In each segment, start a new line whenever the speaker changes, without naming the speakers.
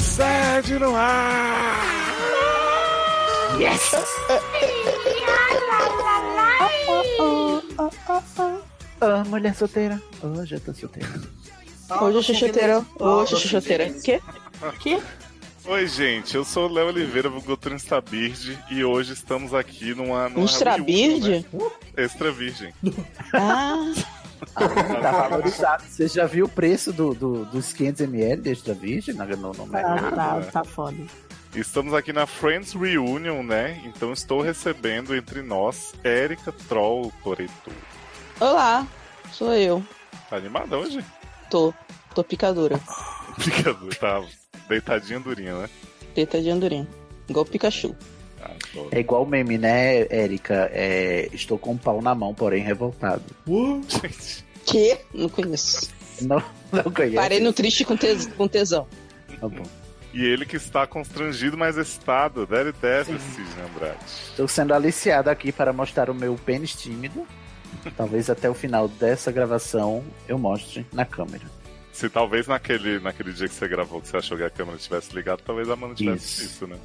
explode no ar! Yes! Ah, mulher solteira. Hoje eu tô solteira. Ah,
Hoje eu sou chuteira. Hoje eu sou chuteira. Quê? Quê?
Oi, gente, eu sou o Léo Oliveira, vulgo Transtabird, e hoje estamos aqui
Um
numa... numa né?
Extrabird?
Extra virgem.
Ah,
Tá valorizado. Você já viu o preço do, do- dos 500ml de extra virgem Ah. no, no, no
Ah,
mercado?
Tá, tá, tá foda.
Estamos aqui na Friends Reunion, né? Então estou recebendo entre nós Érica Troll Toreto.
olá, sou eu.
Tá animada hoje?
Tô. Tô picadora.
Fica tá deitadinha durinha, né?
Teta de andorinha. Igual Pikachu.
Ah, tô-
É igual o meme, né, Érica? É, estou com um pau na mão, porém revoltado.
Gente,
Que? Não conheço.
Não, não conheço.
Parei no triste com, tes- com tesão.
Tá bom.
E ele que está constrangido, mas excitado. Deve deve, Cisne Andrade.
Estou sendo aliciado aqui para mostrar o meu pênis tímido. Talvez até o final dessa gravação eu mostre na câmera.
Se talvez naquele, naquele dia que você gravou, que você achou que a câmera tivesse ligada, talvez a Amanda tivesse
Isso.
isso, né?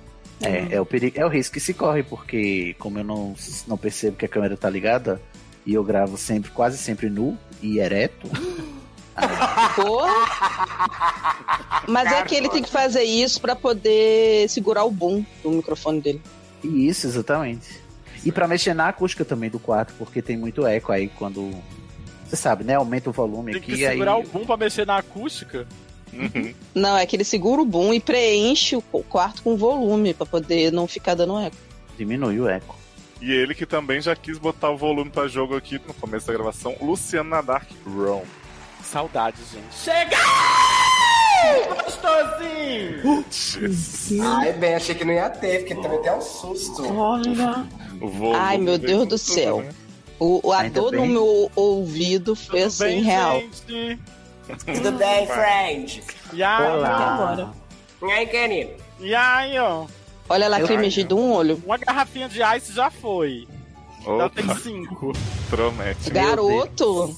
Uhum.
É, é o perigo, é o risco que se corre, porque como eu não, não percebo que a câmera tá ligada, e eu gravo sempre, quase sempre nu e ereto,
Porra! Mas é que ele tem que fazer isso pra poder segurar o boom do microfone dele.
e isso exatamente. E pra mexer na acústica também do quarto, porque tem muito eco aí quando. Você sabe, né? Aumenta o volume
Tem
aqui.
que segurar
aí...
o boom pra mexer na acústica.
Uhum.
Não, é que ele segura o boom e preenche o co- quarto com volume pra poder não ficar dando eco.
Diminui o eco.
E ele que também já quis botar o volume pra jogo aqui no começo da gravação, Luciano Nadark Rome.
Saudades, gente. Chega! Gostosinho!
Jesus.
Ai, bem, achei que não ia ter, porque também tem um susto.
Olha.
O volume
Ai, meu
veio
Deus
com tudo,
do céu.
né?
O, o a
Ainda
dor no
bem.
meu ouvido foi assim,
Bem,
real.
gente.
Tudo bem, friend?
E aí,
Agora.
E aí, Kenny?
e aí, ó.
Olha a
Eu-
lacrimejinha de um olho.
Uma garrafinha de ice já foi. Já
Opa,
tem cinco.
promete.
Garoto,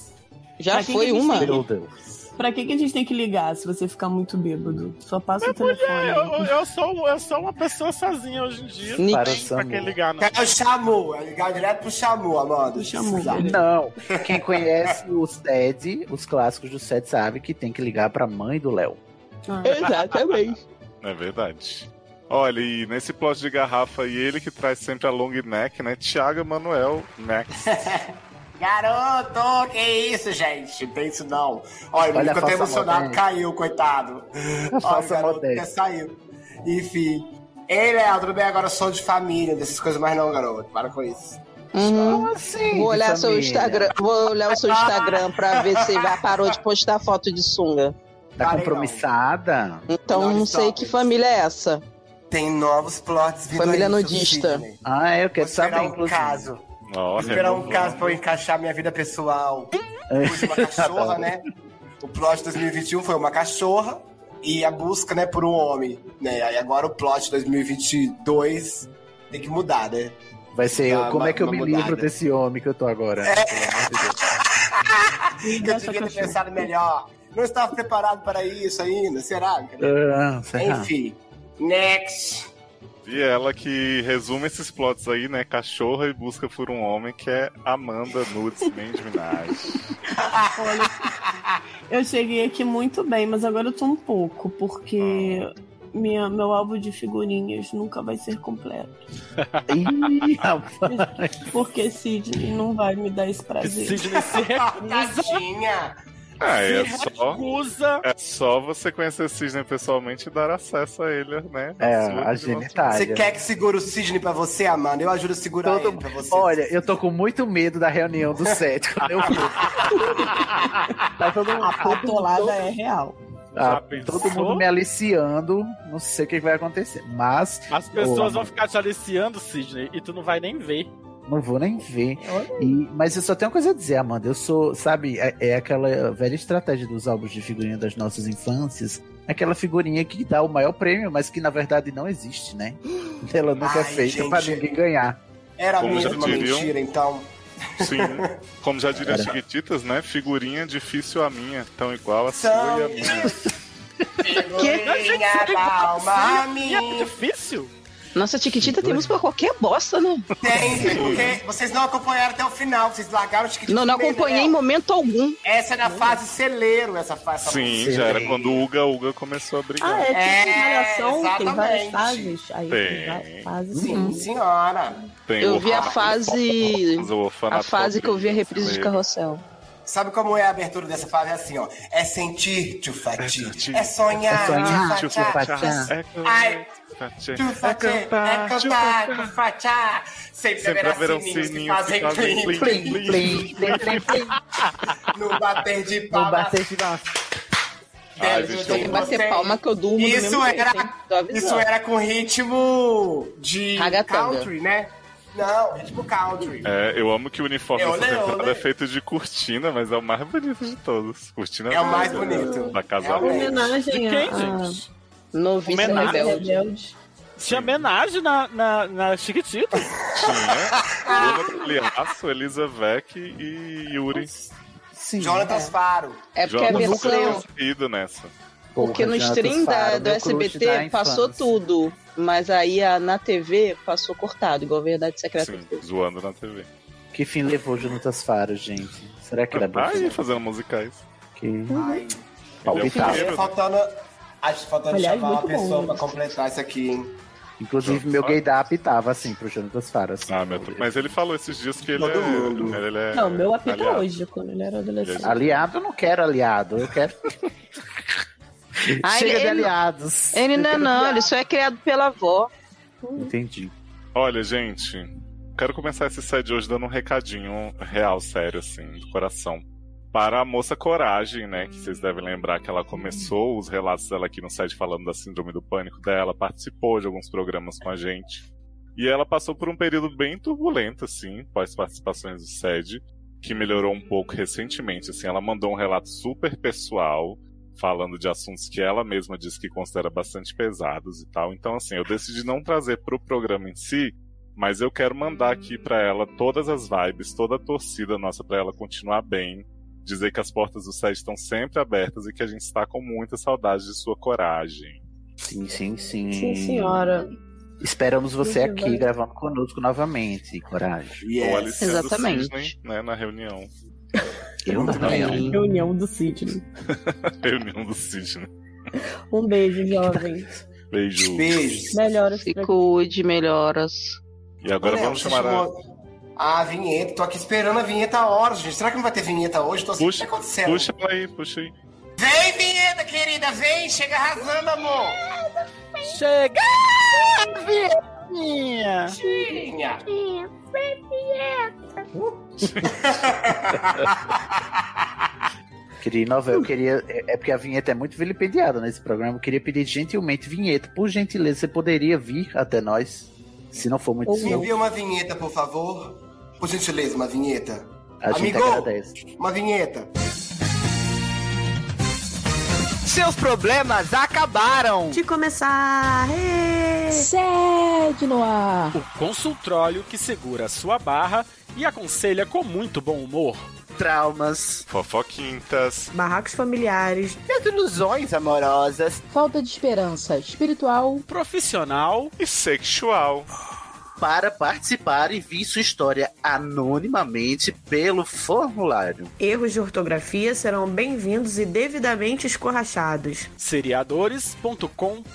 já
Mas quem
foi
que
uma.
disse
Meu Deus.
Pra que, que a gente tem que ligar se você ficar muito bêbado? Só passa o
É, Eu,
telefone.
eu- eu sou, eu sou uma pessoa sozinha hoje em dia.
Nick.
Não tem pra
Para,
quem
Samu.
ligar, né? não.
É o Chamu, é ligar direto pro Chamu, Amanda.
O Chamu.
Não, quem conhece os TED, os clássicos do SED, sabe que tem que ligar pra mãe do Léo.
Ah.
Exatamente.
É verdade. Olha, e nesse plot de garrafa aí, ele que traz sempre a long neck, né? Thiago Manuel Max.
Garoto, que isso, gente? Tem isso não. Olha,
Olha
Olha
a
ficou até
falsa
emocionado,
modéstia.
caiu, coitado.
A
Olha, o
falsa
garoto até
modéstia.
saiu. Enfim. Ei, Léo, tudo bem? Agora eu sou de família, dessas coisas mais não, garoto. Para com isso.
Uhum.
Como assim?
Vou
de
olhar seu
família?
Instagram, vou olhar o seu Instagram pra ver se já parou de postar foto de sunga.
Tá
Parei, não.
compromissada?
Então
Não,
não
stop.
sei que família é essa.
Tem novos plots vindo
Família
aí, seu
nudista.
Sidney.
Ah, eu
Vou
quero
esperar
saber,
um
inclusive.
caso. Vou
Olha,
esperar um
não
caso
vou.
pra eu encaixar minha vida pessoal.
É.
Hoje uma cachorra, né? O plot de 2021 foi uma cachorra e a busca, né, por um homem. Né? Aí agora o plot de 2022 tem que mudar, né?
Vai ser
Dá
eu. Como
uma-
é que eu
uma
me
mudada. É.
livro desse homem que eu tô agora? Pelo amor de Deus.
Eu devia ter pensado melhor. Não estava preparado para isso ainda, será?
Ah, será?
Enfim. Next.
E ela que resume esses plots aí, né? Cachorra e busca por um homem, que é Amanda Nudes Mendes Minaj.
Eu cheguei aqui muito bem, mas agora eu tô um pouco, porque minha, meu álbum de figurinhas nunca vai ser completo.
Ih, rapaz.
Porque Sidney não vai me dar esse prazer.
Sidney se recusa.
Tadinha.
Ah, é
se
só.
recusa.
É só você conhecer o Cisne pessoalmente e dar acesso a ele, né?
É,
Sua
a
privacidade.
Você
genitália.
quer que segure o Sidney pra você, Amanda? Eu ajudo a segurar
Todo-
ele pra você.
Olha, eu tô com muito medo da reunião do set quando eu for. tá todo mundo,
A patolada é real.
ah,
Já pensou?
todo mundo me aliciando. Não sei o que vai acontecer. Mas
As pessoas
Ô,
vão ficar te aliciando, Sidney, e tu não vai nem ver.
Não vou nem ver. E- mas eu só tenho uma coisa a dizer, Amanda. Eu sou, sabe, é, é aquela velha estratégia dos álbuns de figurinha das nossas infâncias. Aquela figurinha que dá o maior prêmio, mas que na verdade não existe, né? Ela nunca é
Ai,
feita
gente.
pra ninguém ganhar.
Era
Como já
mesmo uma
diriam?
mentira, então.
Sim. Como já diria Chiquititas, né? Figurinha difícil a minha, tão igual a sua e a
São
minha.
Figurinha da alma minha.
é difícil.
Nossa, Tiquitita tem música pra qualquer bosta, né?
Tem, é porque vocês não acompanharam até o final, vocês largaram o Chiquititas.
Não, não
no meio,
acompanhei em
né?
momento algum.
Essa era a fase celeiro, essa fase. essa
Sim,
música.
já era quando o Uga Uga começou a brigar.
Ah, é tipo
É,
malhação, tem várias
exatamente.
fases. Aí
Tem.
tem várias fases.
Sim,
Sim.
senhora.
Tem
Eu
o
vi a
orfanato-
fase.
o orfanato
A fase que eu vi a reprise de
brasileiro.
Carrossel.
Sabe como é a abertura dessa fase? É assim, ó. É sentir
É
tchufati.
sentir,
É sonhar.
é sonhar,
tchufati.
tchufati.
É cantar,
Ai,
tchê.
tchufati.
É
É
cantar,
cantar, tchufati. Sempre
Sempre
haverá
haverão
sininhos que
sininhos
fazem plim, plim.
Plim, plim, plim, plim, plim.
No bater de
Não
palma.
bater de novo.
Ai,
Deus,
gente,
eu
Tem que
tô
bater
com
palma que eu durmo do
Isso
mesmo jeito,
era-
hein? Tô avisando.
Isso era com ritmo de
Ragatanga.
country, né? Não, ritmo country. É.
É, eu amo que o uniforme
É,
dessa
olê,
temporada
olê.
é feito de cortina, mas é o mais bonito de todos. Cortina
É o mais
verde,
bonito.
Da
É
casa
Realmente.
verde.
De
Homenagem
quem,
a-
ah.
gente?
Noviça
a
Homenagem.
rebelde.
Rebelde.
Tinha homenagem na, na, na Chiquitita.
Tinha Luna Trilhaço, Elisa Vec e Yuri.
Sim.
Jonathan Faro.
É porque a
Jonas nunca tinha
versão.
sido nessa.
Porque no stream da, do SBT passou tudo. Mas aí a- na TV passou cortado, igual Verdade Secreta.
Sim,
fez.
assim, zoando na TV.
Que fim levou Jonatas Faro, gente? Será que era bom?
Ah, e fazendo musicais.
Que...
Ai,
é
Palpitava.
Meu Deus.
faltando. Acho que faltando
Aliás,
chamar uma
muito bom,
pessoa
né?
pra completar isso aqui, hein?
Inclusive, meu gaydar apitava assim pro Jonatas Faro. Assim,
Ah, meu Deus. Mas ele falou esses dias que ele
Todo
é.
mundo.
Ele é
Não, meu apito
aliado.
hoje, quando ele era adolescente.
Aliado, eu não quero aliado. Eu quero.
Ah,
Chega
ele-
de
ele-
aliados.
Ele
Eu
não é,
quero
não,
aliados.
ele só é criado pela avó.
Entendi.
Olha, gente, quero começar esse set de hoje dando um recadinho real, sério, assim, do coração. Para a moça Coragem, né? Que vocês devem lembrar que ela começou os relatos dela aqui no site falando da síndrome do pânico dela, participou de alguns programas com a gente. E ela passou por um período bem turbulento, assim, pós participações do SED, que melhorou um pouco recentemente, assim. Ela mandou um relato super pessoal, falando de assuntos que ela mesma diz que considera bastante pesados e tal. Então, assim, eu decidi não trazer pro programa em si, mas eu quero mandar aqui pra ela todas as vibes, toda a torcida nossa pra ela continuar bem, dizer que as portas do site estão sempre abertas e que a gente está com muita saudade de sua coragem.
Sim, sim, sim.
Sim, senhora.
Esperamos você
Muito
aqui
bem.
gravando conosco novamente, coragem.
Ou a
Yes.
Alessandra
Exatamente.
Sidney, né, na reunião.
Eu não
bem.
tenho.
Reunião do Sidney.
reunião do Sidney.
Um beijo, jovem.
Beijo.
Beijos.
Melhoras
Se
pra
cuide, melhoras.
E agora
Léo,
vamos
você
chamar a...
chamou A vinheta, tô aqui esperando a vinheta há horas, gente. Será que não vai ter vinheta hoje? Tô assim,
Puxa,
o que tá acontecendo?
Puxa ela aí, puxa aí.
Vem, vinheta, querida, vem, chega arrasando, amor.
Chega! Vinhetinha!
Tinha.
Queria novel, eu queria. É é porque a vinheta é muito vilipendiada nesse programa. Eu queria pedir gentilmente vinheta. Por gentileza, você poderia vir até nós. Se não for muito
Ou
seu,
Me envia uma vinheta, por favor. Por gentileza, uma vinheta.
a gente
Amigo!
agradece.
Uma vinheta.
Seus problemas acabaram.
De começar! Sede no ar!
O consultório que segura sua barra e aconselha com muito bom humor.
Traumas.
Fofoquintas.
Barracos familiares.
Desilusões amorosas.
Falta de esperança espiritual.
Profissional.
E sexual.
Para participar e vir sua história anonimamente pelo formulário.
Erros de ortografia serão bem-vindos e devidamente escorrachados.
seriadores.com.br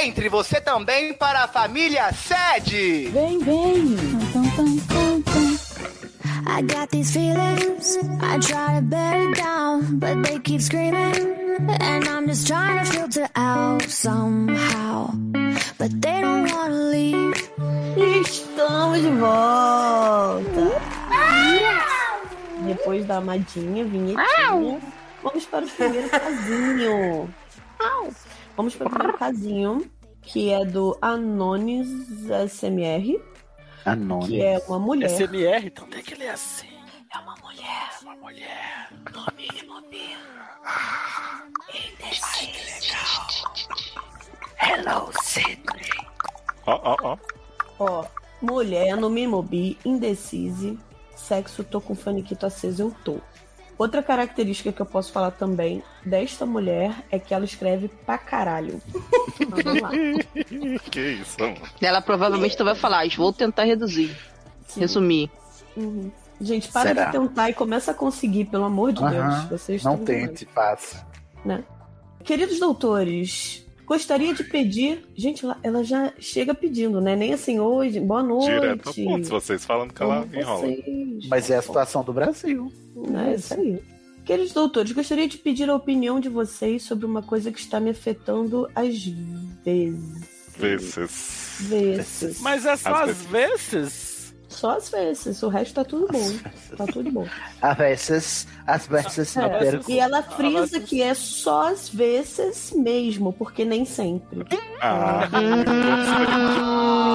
Entre você também para a família sede.
Vem, vem!
I got these feelings. I try to bear it down, but they keep screaming. And I'm just trying to filter out somehow. But they don't wanna leave.
Estamos de volta! Depois da amadinha vinhetinha, vamos para o primeiro casinho. Vamos para o primeiro casinho, que é do Anonis SMR, que
Anônimo.
é uma mulher.
SMR, então tem que ler assim.
É uma mulher.
Uma mulher.
No mínimo B. Indecente. Hello, Sidney.
Ó, ó, ó.
Ó, mulher no mínimo bi, indecise, sexo, tô com o faniquito aceso, eu tô.
Outra característica que eu posso falar também desta mulher é que ela escreve pra caralho. Então, vamos lá.
que isso, amor.
Ela provavelmente tu vai falar, "Ah, vou tentar reduzir. Resumir.
Uhum. Gente, para
Será?
de tentar e começa a conseguir, pelo amor de
Aham.
Deus. Vocês
Não
estão
tente, faça.
né? Queridos doutores, gostaria de pedir. Gente, ela- ela já chega pedindo, né? Nem assim, hoje, boa noite.
Direto ao ponto, vocês falando que ela
Como
enrola.
vocês?
Mas é a situação do Brasil.
É isso aí. Queridos doutores, gostaria de pedir a opinião de vocês sobre uma coisa que está me afetando às vezes.
Vezes.
vezes.
Mas é só
Às
às vezes?
Só às vezes, o resto tá tudo bom. Tá tudo bom.
Às vezes, às vezes eu
É,
perco.
E ela frisa que é só às vezes mesmo, porque nem sempre.
Ah,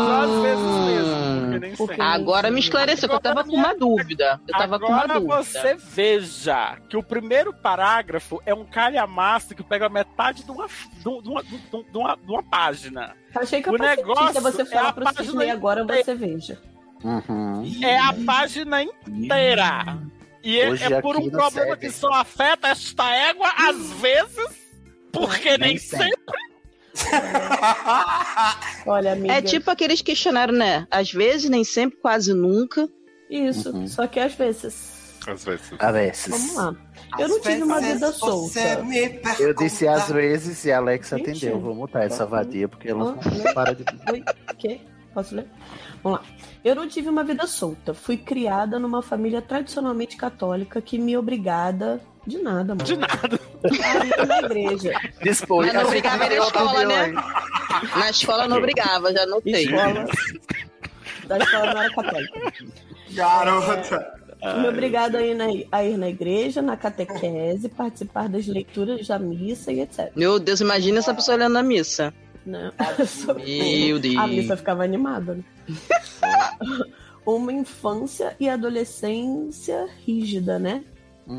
Só às vezes mesmo, porque nem sempre.
Agora me esclareceu, que eu tava com uma dúvida. Eu tava com uma
Agora
dúvida.
você veja que o primeiro parágrafo é um calhamaço que pega metade de uma, de uma, de uma, de uma- de uma página.
Achei que
O
eu
negócio
você
é
falar
a
pra
página
Sidney agora, você veja.
Uhum.
É a página Tá inteira. E é,
Hoje
é por
aqui no
um problema que
Seven.
só afeta esta égua às vezes, porque nem, sempre.
Olha, amiga.
É tipo aqueles questionários, né? Às vezes, nem sempre, quase nunca.
Isso,
Uhum.
só que às vezes.
Ah, Às vezes.
Às vezes.
Vamos lá. Eu não tive uma vida solta.
Eu disse às vezes e a Alexa
Gente,
atendeu. Vou mutar essa
tá bom.
vadia, porque ela
Ah.
não para de.
Oi, quê? Posso ler? Vamos lá. Eu não tive uma vida solta. Fui criada numa família tradicionalmente católica que me obrigada de nada, mano.
De nada.
A ir na igreja.
Dispõe.
Mas não obrigava na escola, né? Na escola não obrigava, já notei.
Escola. Da escola não era católica.
Garota!
Me obrigado a ir, na, a ir na igreja, na catequese, participar das leituras da missa e etc.
Meu Deus, imagina essa pessoa olhando a missa.
Né?
Meu Deus.
A missa ficava animada. Né? Uma infância e adolescência rígida, né?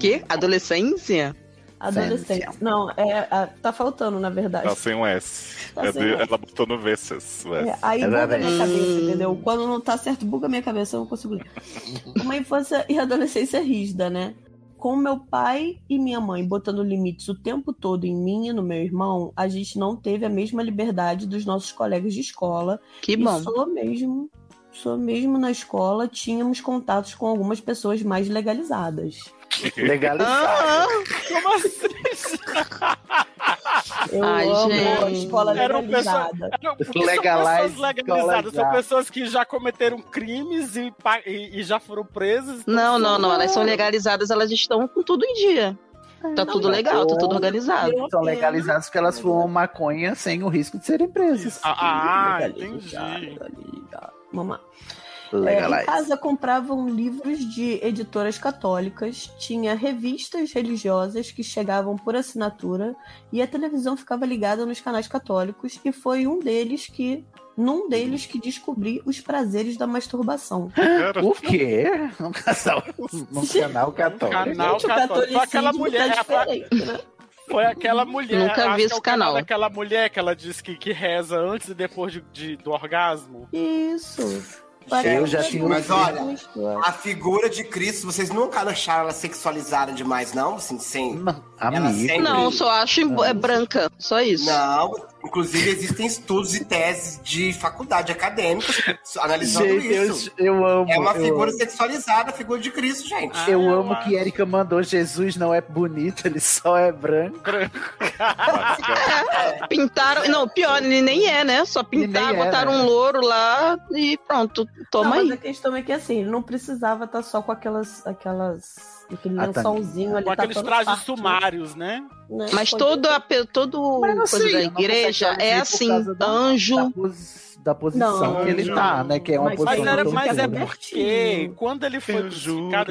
Que? Adolescência?
Adolescência. Não, é, a- tá faltando, na verdade.
Tá sem um S.
Tá
É
sem
de-
um S.
ela botou no vezes. o S.
É, aí
É
buga
verdade.
minha cabeça, entendeu? Quando não tá certo, buga minha cabeça, eu não consigo ler. Uma infância e adolescência rígida, né? Com meu pai e minha mãe botando limites o tempo todo em mim e no meu irmão, a gente não teve a mesma liberdade dos nossos colegas de escola.
Que bom.
E só mesmo, só mesmo na escola tínhamos contatos com algumas pessoas mais legalizadas.
é
Legalizado.
Como assim?
Eu
Ai,
amo
gente.
a escola
Era um pessoal-
legalizada.
Não, porque
Legalize,
são pessoas legalizadas, são
legalizar.
pessoas que já cometeram crimes e, pa- e- e já foram então presas.
Não, não, não. Elas são legalizadas, elas estão com tudo em dia. Tá tudo legal, tá tudo organizado.
São
É.
legalizados porque
Tá
elas fumam maconha sem o risco de serem presas.
Ah, ah, entendi.
Legalizada, legalizada. Vamos lá.
Tá
É, em
Legalize.
casa compravam livros de editoras católicas, tinha revistas religiosas que chegavam por assinatura e a televisão ficava ligada nos canais católicos e foi um deles que num deles que descobri os prazeres da masturbação.
Cara,
O quê? Num casal. Num canal católico.
canal.
Gente, o
católico. Só aquela
catolicismo
mulher-
tá diferente, né?
Foi aquela mulher.
Nunca vi
acho que é
esse
o canal.
canal.
Aquela mulher que ela disse que, que reza antes e depois de- de- do orgasmo.
Isso.
Eu já tinha
Mas
ouvido.
olha, a figura de Cristo, vocês nunca acharam ela sexualizada demais, não? Assim, sem.
Não,
Ela
amigo.
sempre-
Não, só acho em- é branca. Só isso.
Não, inclusive existem estudos e teses de faculdade acadêmica analisando isso.
eu, eu amo.
É uma
eu
figura
amo.
sexualizada, a figura de Cristo, gente.
Ah,
Eu
eu
amo que Erika mandou Jesus não é bonito, ele só é branco.
É, Pintaram. Não, pior, ele nem é, né? Só pintaram,
nem é,
botaram
né?
um louro lá e pronto. Toma
Não,
aí.
Mas a questão é que assim, ele não precisava estar só com aquelas aquelas aquele
Ah, tá.
lençolzinho ali
Com aqueles
tapando
trajes
parte,
sumários, né?
né?
Mas
Foi-
todo a, pe- todo
Mas assim, não
coisa
sei,
da
eu é, não
assim, igreja
vou
é
sexualizar por
assim,
causa da- Da,
anjo.
posi- da posição
Não,
que ele
não.
tá, né? Que é uma
Mas-
Mas,
posição.
era,
torcida,
mas é
né?
porque quando ele foi
Eu
crucificado,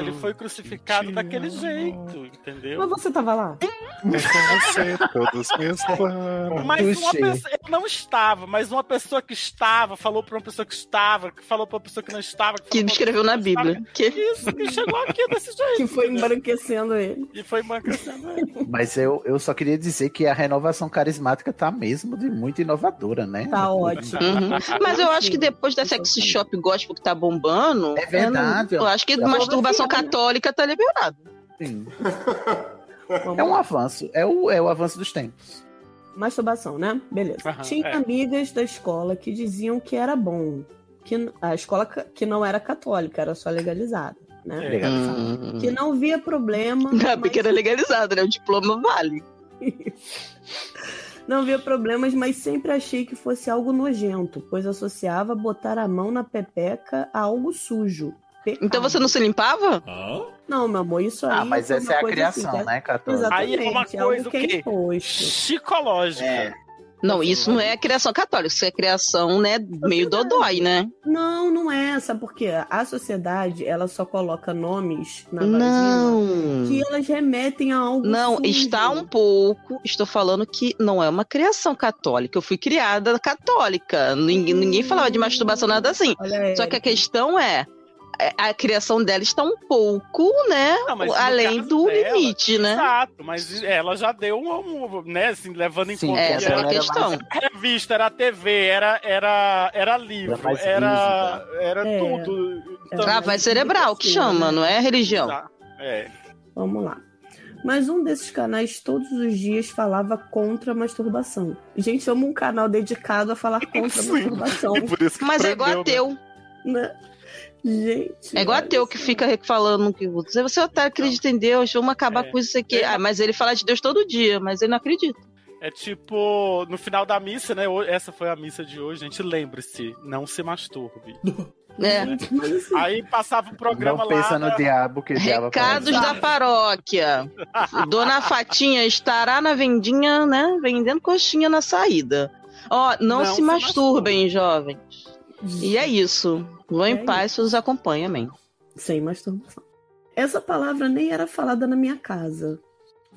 juro
ele foi crucificado
que
daquele
te
jeito, entendeu?
Mas você tava lá?
é com você, todos meus planos.
Mas uma
Touché.
pessoa, eu não estava, mas uma pessoa que estava falou pra uma pessoa que estava, que falou pra uma pessoa que não estava.
Que
falou pra uma
escreveu na
pessoa que
Bíblia. Que...
estava. Isso, que chegou aqui desse jeito.
Que foi
entendeu?
embranquecendo ele.
E foi embarcando.
Mas eu, eu só queria dizer que a renovação carismática tá mesmo de muito inovadora, né?
Tá ótimo.
Uhum. Mas eu acho que depois da sex shop gospel que tá bombando,
É verdade,
eu não- eu acho que
ó.
masturbação
Aproveitar, né?
católica tá liberada.
Sim. assim, é um avanço. É o, é o avanço dos tempos.
Masturbação, né? Beleza.
Aham,
Tinha
é.
amigas da escola que diziam que era bom. Que a escola ca- que não era católica, era só legalizada, né? Que
Uhum.
não via problema.
Não, porque era legalizado, né? O diploma vale.
Não via problemas, mas sempre achei que fosse algo nojento, pois associava botar a mão na pepeca a algo sujo.
Então você não se limpava?
Não, meu amor, isso aí.
Ah, mas
foi
essa
uma
é a
coisa
criação,
assim,
né, Catona?
Exatamente.
Aí é uma
algo
coisa o
que é
quê?
imposto.
Psicológica.
É,
Não, isso não é criação católica, isso é criação, né, meio dodói, né?
Não, não é, sabe por quê? A sociedade, ela só coloca nomes na
Não.
vagina que elas remetem a algo
Não,
sujo.
está um pouco. Estou falando que não é uma criação católica. Eu fui criada católica. Ninguém, ninguém falava de masturbação, nada assim.
Olha aí.
Só que a questão é. é, A criação dela está um pouco, né?
Não, Ah, mas no
além
caso
do
dela,
limite, né?
Exato, mas ela já deu um, um- né, assim, levando em conta
essa
que
é a
era
questão.
era revista, era TV, era era era livro,
Era mais
era era
É.
tudo. Então,
Ah, vai cerebral, que chama, não é religião.
Tá. é.
Vamos lá. Mas um desses canais todos os dias falava contra a masturbação. Gente, eu amo um canal dedicado a falar contra a
Sim.
masturbação.
E por isso que
Mas é
prendeu,
igual
né?
ateu.
né? Gente.
É igual
olha
ateu que
só.
fica falando que você, você otário, acredita em Deus, vamos acabar
É.
com isso aqui. Ah, mas ele fala de Deus todo dia, mas ele não acredita.
É tipo, no final da missa, né? ho- Essa foi a missa de hoje, gente. Lembre-se, não se masturbe.
É.
Aí passava o programa
Não pensa
lá.
no diabo que o diabo
Recados
aparece.
da paróquia. Dona Fatinha estará na vendinha, né? Vendendo coxinha na saída. Ó, não,
Não
se,
se
masturbem, jovens.
assim,
E é isso. Vão
É
em paz, nos acompanha, amém.
Sem masturbação. Essa palavra nem era falada na minha casa.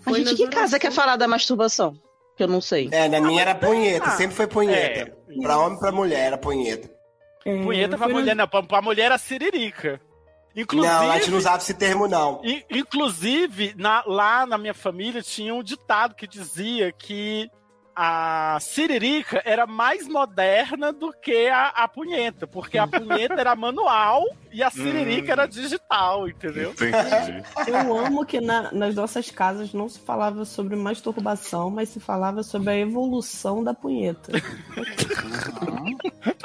A gente,
nas
que casa
orações-
quer falar da masturbação? Que eu não sei.
É, na minha era punheta, sempre foi punheta.
É.
Pra homem e pra mulher era punheta.
É,
Punheta pra
foi nas-
mulher, não. Pra, pra mulher era siririca. Inclusive,
Não, a gente não usava esse termo, não.
in- inclusive na- lá na minha família tinha um ditado que dizia que a siririca era mais moderna do que a, a punheta, porque a punheta era manual e a siririca
Hum.
era digital, entendeu?
Entendi.
Eu amo que na- nas nossas casas não se falava sobre masturbação, mas se falava sobre a evolução da punheta.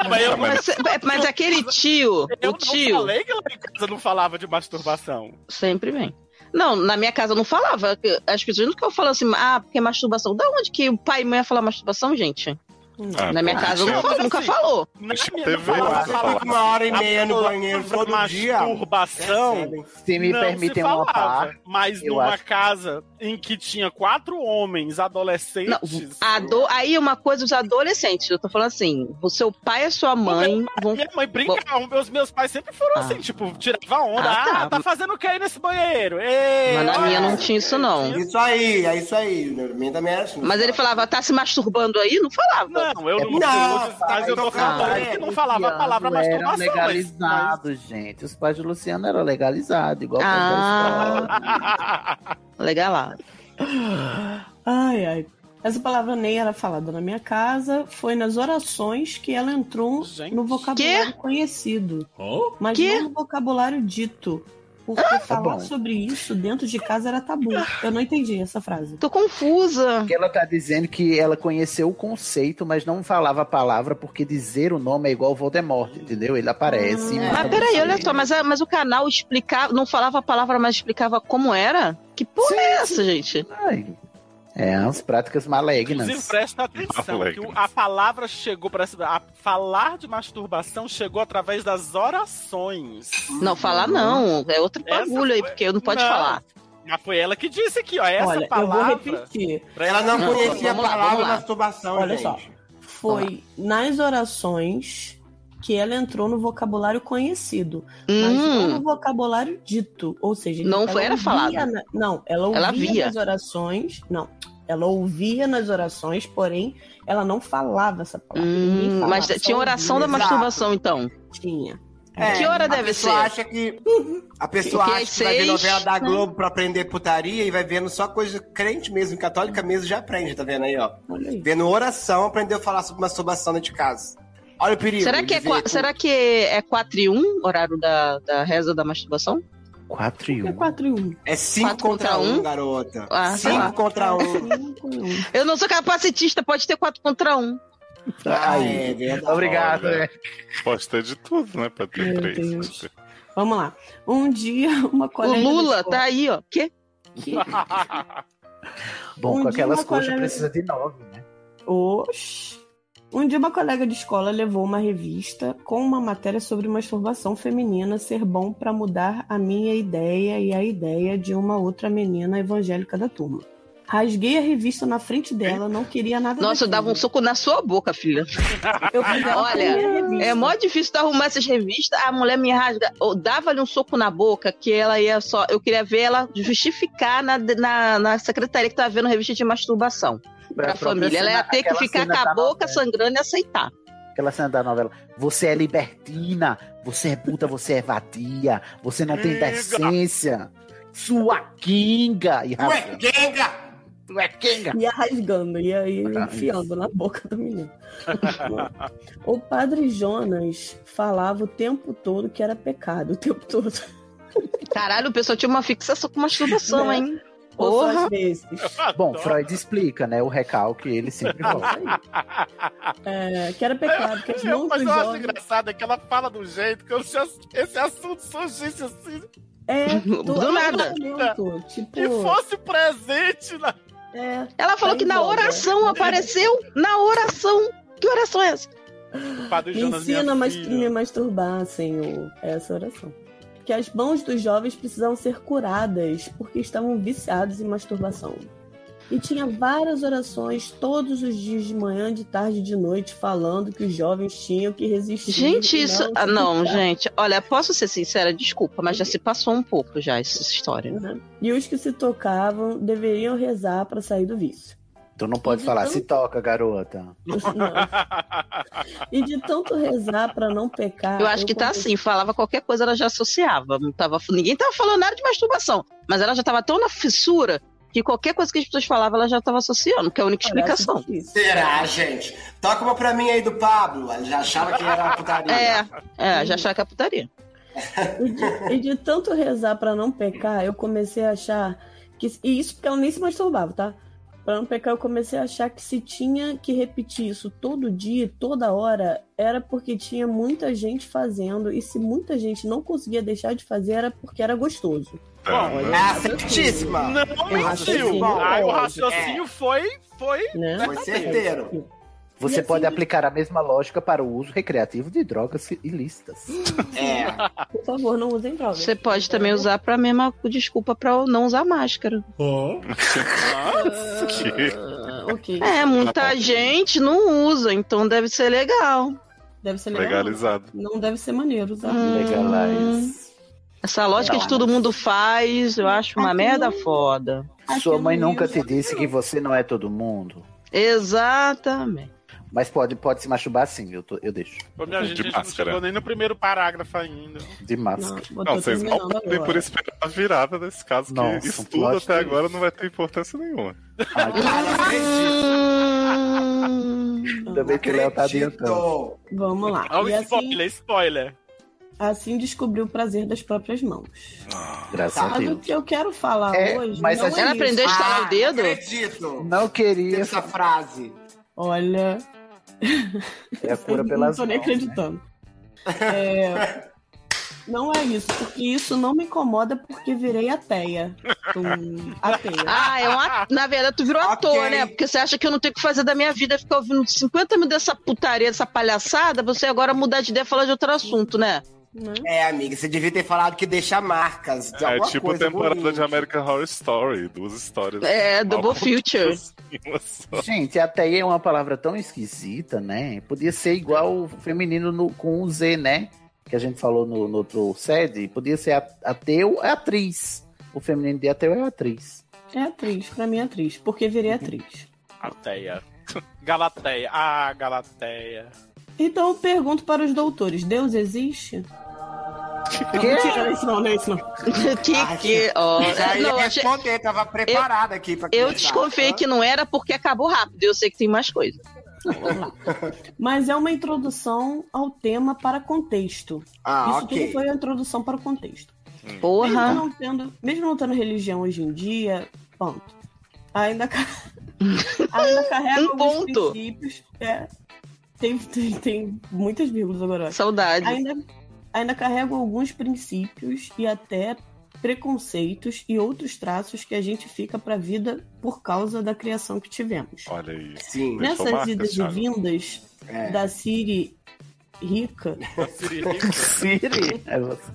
Mas eu,
Mas, é, mas aquele tio,
eu
o
não
tio.
falei que lá em casa não falava de masturbação.
Sempre vem. Não, na minha casa eu não falava. As pessoas nunca falam assim, ah, porque é masturbação. Da onde que o pai e mãe ia falar masturbação, gente?
Hum.
Ah,
na minha
pô,
casa eu
tinha-
não falo-
mas
nunca
assim,
falou.
Na
Acho que
minha-
teve
não
Eu
lá,
falava-
você
acho
falava
que uma hora e
a
meia no
palavra
banheiro todo dia. é assim.
masturbação.
Percebem?
Se me
Não se
permitem uma
falava,
par.
Mas
eu
numa
acho.
casa em que tinha quatro homens
Não,
adolescentes.
ado- aí uma coisa dos adolescentes. Eu tô falando assim, o seu pai e a sua mãe vão.
Minha mãe brincava, meus, meus pais sempre foram
Ah.
assim, tipo, tirava onda.
Ah,
Ah,
tá.
tá. fazendo o que aí nesse banheiro? Ei,
Mas na
olha.
minha não tinha isso, não.
Isso aí, é isso aí. Na minha também era assim.
Mas ele falava, tá se masturbando aí? Não falava.
Não, eu não,
Não,
mas eu tô
não,
falando que não falava a palavra
Os diabos eram
masturbação. mas-
legalizados, gente. Os pais de Luciano eram legalizados, igual
Ah.
qualquer escola.
Legal lá.
Ai, ai. Essa palavra nem era falada na minha casa, foi nas orações que ela entrou
Gente.
no vocabulário conhecido. Mas
Quê?
não no vocabulário dito. Porque
Ah, tá
falar
bom.
sobre isso dentro de casa era tabu. Eu não entendi essa frase.
Tô confusa.
Porque ela tá dizendo que ela conheceu o conceito, mas não falava a palavra, porque dizer o nome é igual Voldemort, entendeu? Ele aparece. e mata
Mas Ah, peraí,
você.
olha só, mas, a- mas o canal explicava, não falava a palavra, mas explicava como era? Que porra é essa, gente?
Ai, É, as práticas
Inclusive,
malignas.
presta atenção, que o- a palavra chegou para a falar de masturbação chegou através das orações.
Não, falar não. É outro
Essa
bagulho aí,
foi-
porque não pode
Não.
falar.
Mas foi ela que disse aqui, ó, essa
Olha, eu vou
palavra.
repetir.
Ela não,
Não,
conhecia
vamos lá,
a palavra
vamos lá.
masturbação,
Olha
gente.
só.
Tá.
Foi nas orações que ela entrou no vocabulário conhecido. mas não
Hum,
no vocabulário dito. Ou seja,
Não
ela
foi- era
ouvia
falado.
na- não, ela ouvia
Ela via.
nas orações. Não, ela ouvia nas orações, porém, ela não falava essa palavra. Ninguém
hum,
falava,
mas
só
tinha oração da
exato.
masturbação, então.
tinha.
É,
Que hora
a
deve
pessoa
ser?
Acha que, a pessoa
Que
acha que
às
vai ver
seis,
novela da
né?
Globo pra aprender putaria e vai vendo só coisa crente mesmo, católica mesmo, já aprende, tá vendo aí, ó?
Olha aí.
Vendo oração, aprendeu a falar sobre masturbação dentro de casa. Olha o perigo.
Será que, é, um,
de ver
qua-
com-
será que é 4 e 1, horário da, da reza da masturbação?
4 e 1.
É 4 e 1.
É 5 contra 1, um, garota. 5
ah,
contra 1.
Um. Eu não sou capacitista, pode ter 4 contra 1. Um.
Ah, é verdade.
Obrigado. é.
Olha, Pode ter de tudo, né? Pode ter
Meu
três.
Deus.
pode ter-
Vamos lá. Um dia, uma
O
colega.
Lula
é da
tá aí, ó. Quê?
escola- que-
Bom,
Um
com
dia
aquelas
uma
coxas
colega-
precisa de 9, né?
Oxi. Um dia, uma colega de escola levou uma revista com uma matéria sobre masturbação feminina ser bom pra mudar a minha ideia e a ideia de uma outra menina evangélica da turma. Rasguei a revista na frente dela, não queria nada
Nossa, eu dava um soco na sua boca, filha.
Eu fiz ela
Olha,
comer a revista.
É mó difícil tu arrumar essas revistas. A mulher me rasga. Eu dava-lhe um soco na boca que ela ia só. Eu queria ver ela justificar na, na, na secretaria que tava vendo revista de masturbação pra,
própria
família. Ela ia
cena-
ter que
aquela
ficar
cena
com a
da
boca
novela.
sangrando e aceitar.
Aquela cena da novela. Você é libertina, você é puta, você é vadia, você não tem
Kinga.
decência. Sua kinga! E
Ué,
rasga.
Genga!
Tu é kinga!
Ia rasgando, ia aí
Ah,
enfiando na boca do menino. o padre Jonas falava o tempo todo que era pecado, o tempo todo.
Caralho, o pessoal tinha uma fixação com masturbação,
Né?
hein?
Ou só
Porra.
às vezes.
Bom, Freud explica, né? O recalque, ele sempre volta.
É, que era pecado, que as
Eu,
mãos
mas
dos
eu acho
jovens.
engraçado é que ela fala do jeito que eu já- esse assunto surgisse assim,
É,
Do
todo
nada.
momento, Tipo,
que fosse presente na
é,
Ela falou
Tá
que na
embora.
oração apareceu. Na oração. Que oração é essa?
Padre
me
Jonas, minha
ensina a mas-
filha.
me masturbar, Senhor. Essa oração. Que as mãos dos jovens precisavam ser curadas porque estavam viciados em masturbação. E tinha várias orações todos os dias de manhã, de tarde e de noite, falando que os jovens tinham que resistir.
Gente,
e
isso.
se
Ah, não,
fixar,
gente. Olha, posso ser sincera, desculpa, mas já se passou um pouco já essa história.
né? E os que se tocavam deveriam rezar para sair do vício.
Tu não pode falar, se toca, garota.
Os- não. E de tanto rezar para não pecar.
Eu acho que tá
comecei-
assim, falava qualquer coisa, ela já associava. Não tava, ninguém tava falando nada de masturbação. Mas ela já tava tão na fissura que qualquer coisa que as pessoas falavam, ela já tava associando, que é a única
Parece
explicação.
difícil.
Será, gente? Toca uma pra mim aí do Pablo. Ela já achava que era uma putaria.
É, é, já achava que é putaria.
E de, e de tanto rezar pra não pecar, eu comecei a achar que. E isso porque ela nem se masturbava, tá? Pra não pecar, eu comecei a achar que se tinha que repetir isso todo dia, toda hora, era porque tinha muita gente fazendo. E se muita gente não conseguia deixar de fazer, era porque era gostoso.
um, né?
É a certíssima.
Não
Eu assim,
mentiu.
raciocínio.
Aí o
É.
raciocínio foi, foi.
Né?
Foi certeiro.
Você
E assim-
pode aplicar a mesma lógica para o uso recreativo de drogas ilícitas.
É.
Por favor, não usem drogas. Tá
Você pode
né?
também usar pra mesma desculpa pra não usar máscara.
Ah, ok.
É, muita gente não usa, então deve ser legal.
Deve ser legal.
legalizado.
Não deve ser maneiro tá? usar.
Hum.
Legalize.
Essa lógica de todo mundo faz, eu acho uma
Aqui
merda
não-
foda.
Sua
Aqui
mãe
no
nunca
Rio
te disse que você não é todo mundo.
Exatamente.
Mas pode, pode se masturbar sim, eu, tô- eu deixo.
Ô, minha
De
gente, a gente não
máscara.
chegou nem no primeiro parágrafo ainda.
De
Não,
máscara.
eu tô
Não, vocês mal
terminando
podem
agora.
por esperar a virada desse caso,
Nossa,
que isso
um
tudo
plot
até
twist.
agora não vai ter importância nenhuma.
Hum,
Ainda bem que o Léo tá adiantando.
Acredito.
Então, Vamos lá.
Olha o
E assim,
spoiler, spoiler.
assim descobriu o prazer das próprias mãos.
Graças a
Mas o
Deus.
que eu quero falar
É,
hoje.
mas
não
a gente-
é
Ela
isso.
aprendeu a estalar
Ah,
o dedo?
Acredito.
Não
Tem
queria
essa frase.
Olha.
É a cura
Eu
pelas
Não tô nem
mãos,
acreditando. É, Não é isso, porque isso não me incomoda porque virei ateia. Hum, ateia.
Ah, é um ator. Na verdade, tu virou ator,
Ok.
né? Porque você acha que eu não tenho o que fazer da minha vida é ficar ouvindo 50 mil dessa putaria, dessa palhaçada, você agora mudar de ideia e falar de outro assunto, né?
né?
É, amiga, você devia ter falado que deixa marcas. De
É
alguma
tipo
coisa
temporada
ruim.
de American Horror Story, duas histórias.
É,
do
Double Future.
assim,
Gente, até é uma palavra tão esquisita, né? Podia ser igual o feminino no- com o Z, né? Que a gente falou no, no outro sede. Podia ser a- ateu é atriz. O feminino de ateu é atriz.
É atriz, pra mim é atriz, porque virei atriz.
Ateia. Galateia. Ah, Galateia.
Então eu pergunto para os doutores: Deus existe? Não, mentira, não é isso não, não é isso não.
que que. ó,
Já ia
não, eu achei-
responder, tava preparada aqui pra
eu
começar.
desconfiei que não era porque acabou rápido. Eu sei que tem mais coisa.
Mas é uma introdução ao tema para contexto.
Ah,
Isso
ok.
tudo foi a introdução para o contexto.
Porra.
Mesmo não, tendo, mesmo não tendo religião hoje em dia, ponto. Ainda, ca- ainda carrega
Um
alguns
ponto.
princípios. É. Tem, tem, tem muitas vírgulas agora. eu acho.
Saudade.
Ainda, ainda carrega alguns princípios e até preconceitos e outros traços que a gente fica pra vida por causa da criação que tivemos.
Olha aí.
Sim.
Deixou
Nessas
marcas,
idas e
Thiago?
vindas
É.
da Siri rica,
Siri. É você.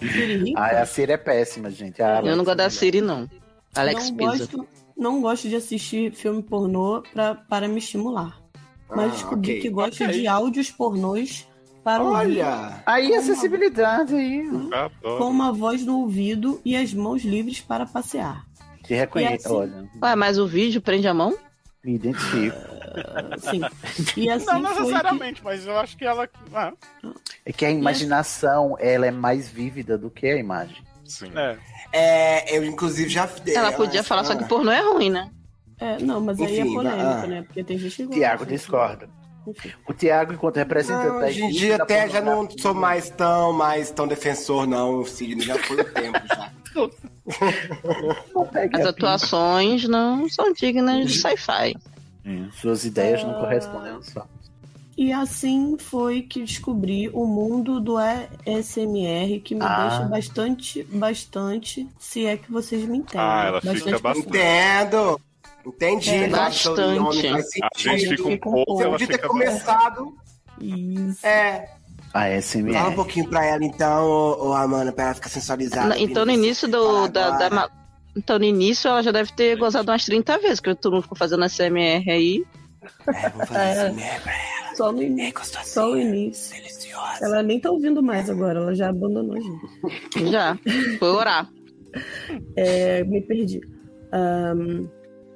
Siri rica
Ah, a Siri é péssima, gente. Ah,
Eu não gosto da
Alexa.
Siri, não. Alex
não,
Pisa.
gosto, não gosto de assistir filme pornô pra, para me estimular. Mas
Ah,
descobri
ok.
que um gosto
Ok.
de áudios pornôs para ouvir
Olha!
Aí, acessibilidade aí.
Adoro.
com uma voz no ouvido e as mãos livres para passear.
Que reconhece,
E assim-
olha.
Ué, mas o vídeo prende a mão?
Me identifico.
Ah, Sim. E assim
Não
foi que...
necessariamente, mas eu acho que ela. ah,
É que a imaginação, ela é mais vívida do que a imagem.
Sim.
é.
É, eu inclusive já. ah.
Ela podia falar, só que pornô é ruim, né?
É, não, mas aí é
Enfim,
polêmica,
ah.
né? Porque tem gente que gosta. né?
Tiago,
gente que-
discordo.
Enfim.
O Tiago, enquanto representante
Não,
da
hoje em
elite
dia
da
até já não
pornografia-
sou mais tão, mais tão defensor, não, Sidney. Já foi o tempo já.
Não pega
As
a
atuações não são dignas de sci-fi.
pinta. Suas ideias não correspondem um aos fatos.
E assim foi que descobri o mundo do ASMR, que me
Ah.
deixa bastante, bastante, se é que vocês me entendem.
Ah, ela fica bastante.
Entendo! Entendi.
É,
agora seu
bastante.
nome faz
A gente
sentido.
fica um
fica um
pouco,
pouco.
Você
ela
podia
fica.
ter começado.
Isso.
É.
A
Fala um
SMR.
pouquinho pra ela então, ô, ô Amanda, pra ela ficar sensualizada.
Na- então no início do.
Tá, Fala
Da,
agora.
da ma- então no início ela já deve ter gozado umas 30 vezes, que todo mundo ficou fazendo a CMR aí.
É, vamos fazer
É.
assim, né? pra ela.
Só no início.
É gostosinha,
Só o início.
Deliciosa.
Ela nem tá ouvindo mais agora, ela já abandonou a gente.
Já. Foi orar.
É, me perdi. Ahn,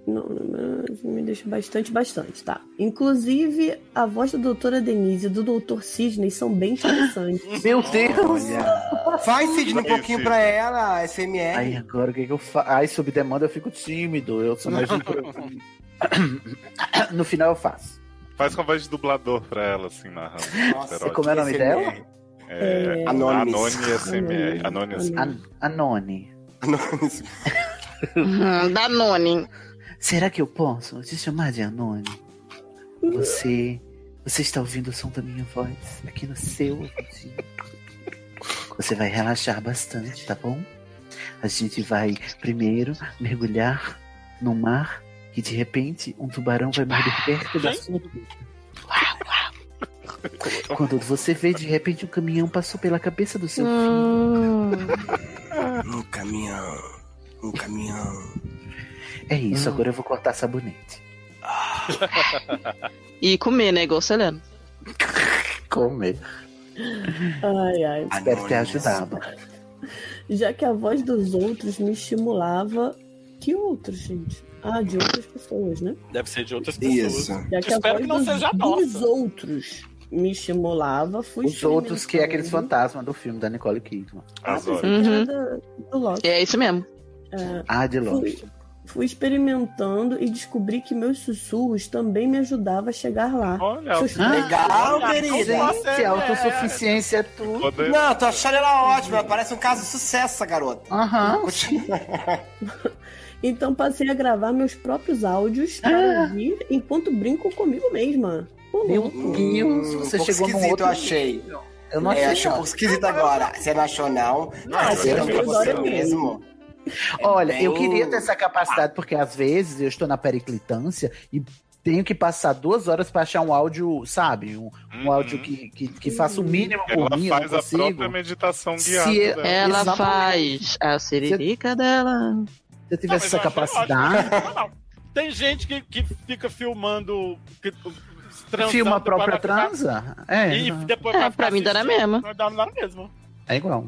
não, não, não, me deixa bastante, bastante, tá? Inclusive, a voz da doutora Denise e do doutor Sidney são bem interessantes.
Meu Deus!
Faz, Sidney, um pouquinho
Esse.
pra ela, SMR.
Aí agora o que, que eu faço? Ai, sob demanda eu fico tímido. Eu sou mais um pro- No final eu faço.
Faz com a voz de dublador pra ela, assim, narrando.
Nossa,
Erótico.
como é o nome
SMR.
É,
Anonymous.
Anônimo SMR. Anônimo SMR.
An- Anone.
Anonymous.
Uhum, Danone.
Será que eu posso te chamar de Anone? Você. Você está ouvindo o som da minha voz aqui no seu ouvidinho. Você vai relaxar bastante, tá bom? A gente vai primeiro mergulhar no mar e de repente um tubarão vai morder perto da sua boca. Quando você vê, de repente um caminhão passou pela cabeça do seu filho.
Hum,
Um caminhão. Um caminhão.
É isso, agora eu vou cortar sabonete.
e comer, né? Igual Selena.
Come.
Ai, ai.
Espero ter ajudado.
Já que a voz dos outros me estimulava. Que outros, gente? Ah, de outras pessoas, né?
Deve ser de outras pessoas.
Isso.
Já que a
Espero
voz
que não
dos,
seja a
dos
nossa.
outros me estimulava, fui
Os outros que é aqueles
experimentando.
fantasmas do filme da Nicole Kidman.
As
Ah,
horas.
pensei que
Uhum.
era da- do Loki.
É isso mesmo.
É,
Ah, de longe.
fui, fui experimentando e descobri que meus sussurros também me ajudavam a chegar lá.
Olha,
Seus-
Ah, Legal, querida.
Como você
Gente,
é-
autossuficiência é tudo.
Poder...
Não, tô achando ela ótima. Parece um caso de sucesso, essa garota.
Aham.
Continua.
Então passei a gravar meus próprios áudios para ouvir enquanto brinco comigo mesma. Ô,
Meu
louco.
Deus, você
um pouco
chegou num
esquisito,
outro
eu achei.
Eu não
É,
achei.
achei um
não.
pouco esquisito agora. Você não achou, não?
Não,
Ah,
eu
você não
achei da
pra você
hora
mesmo. É
Olha, eu
bem-
queria ter essa capacidade, porque às vezes eu estou na periclitância e tenho que passar duas horas para achar um áudio, sabe? Um, um
Uhum.
áudio que, que, que faça o mínimo por
Ela
mim, eu é não
faz a
consigo.
própria meditação
Se
guiada.
é-
dela.
Ela
Exatamente.
faz a siririca dela.
Se eu
Não,
tivesse
mas
essa
eu acho
capacidade,
ótimo. Não, não. Tem gente que, que fica filmando. Que, transando
filma a própria
para ficar-
transa. É,
E
não.
depois
É,
vai
pra
ficar
mim dá na
assistindo,
mesma.
vai dar na mesma.
é igual.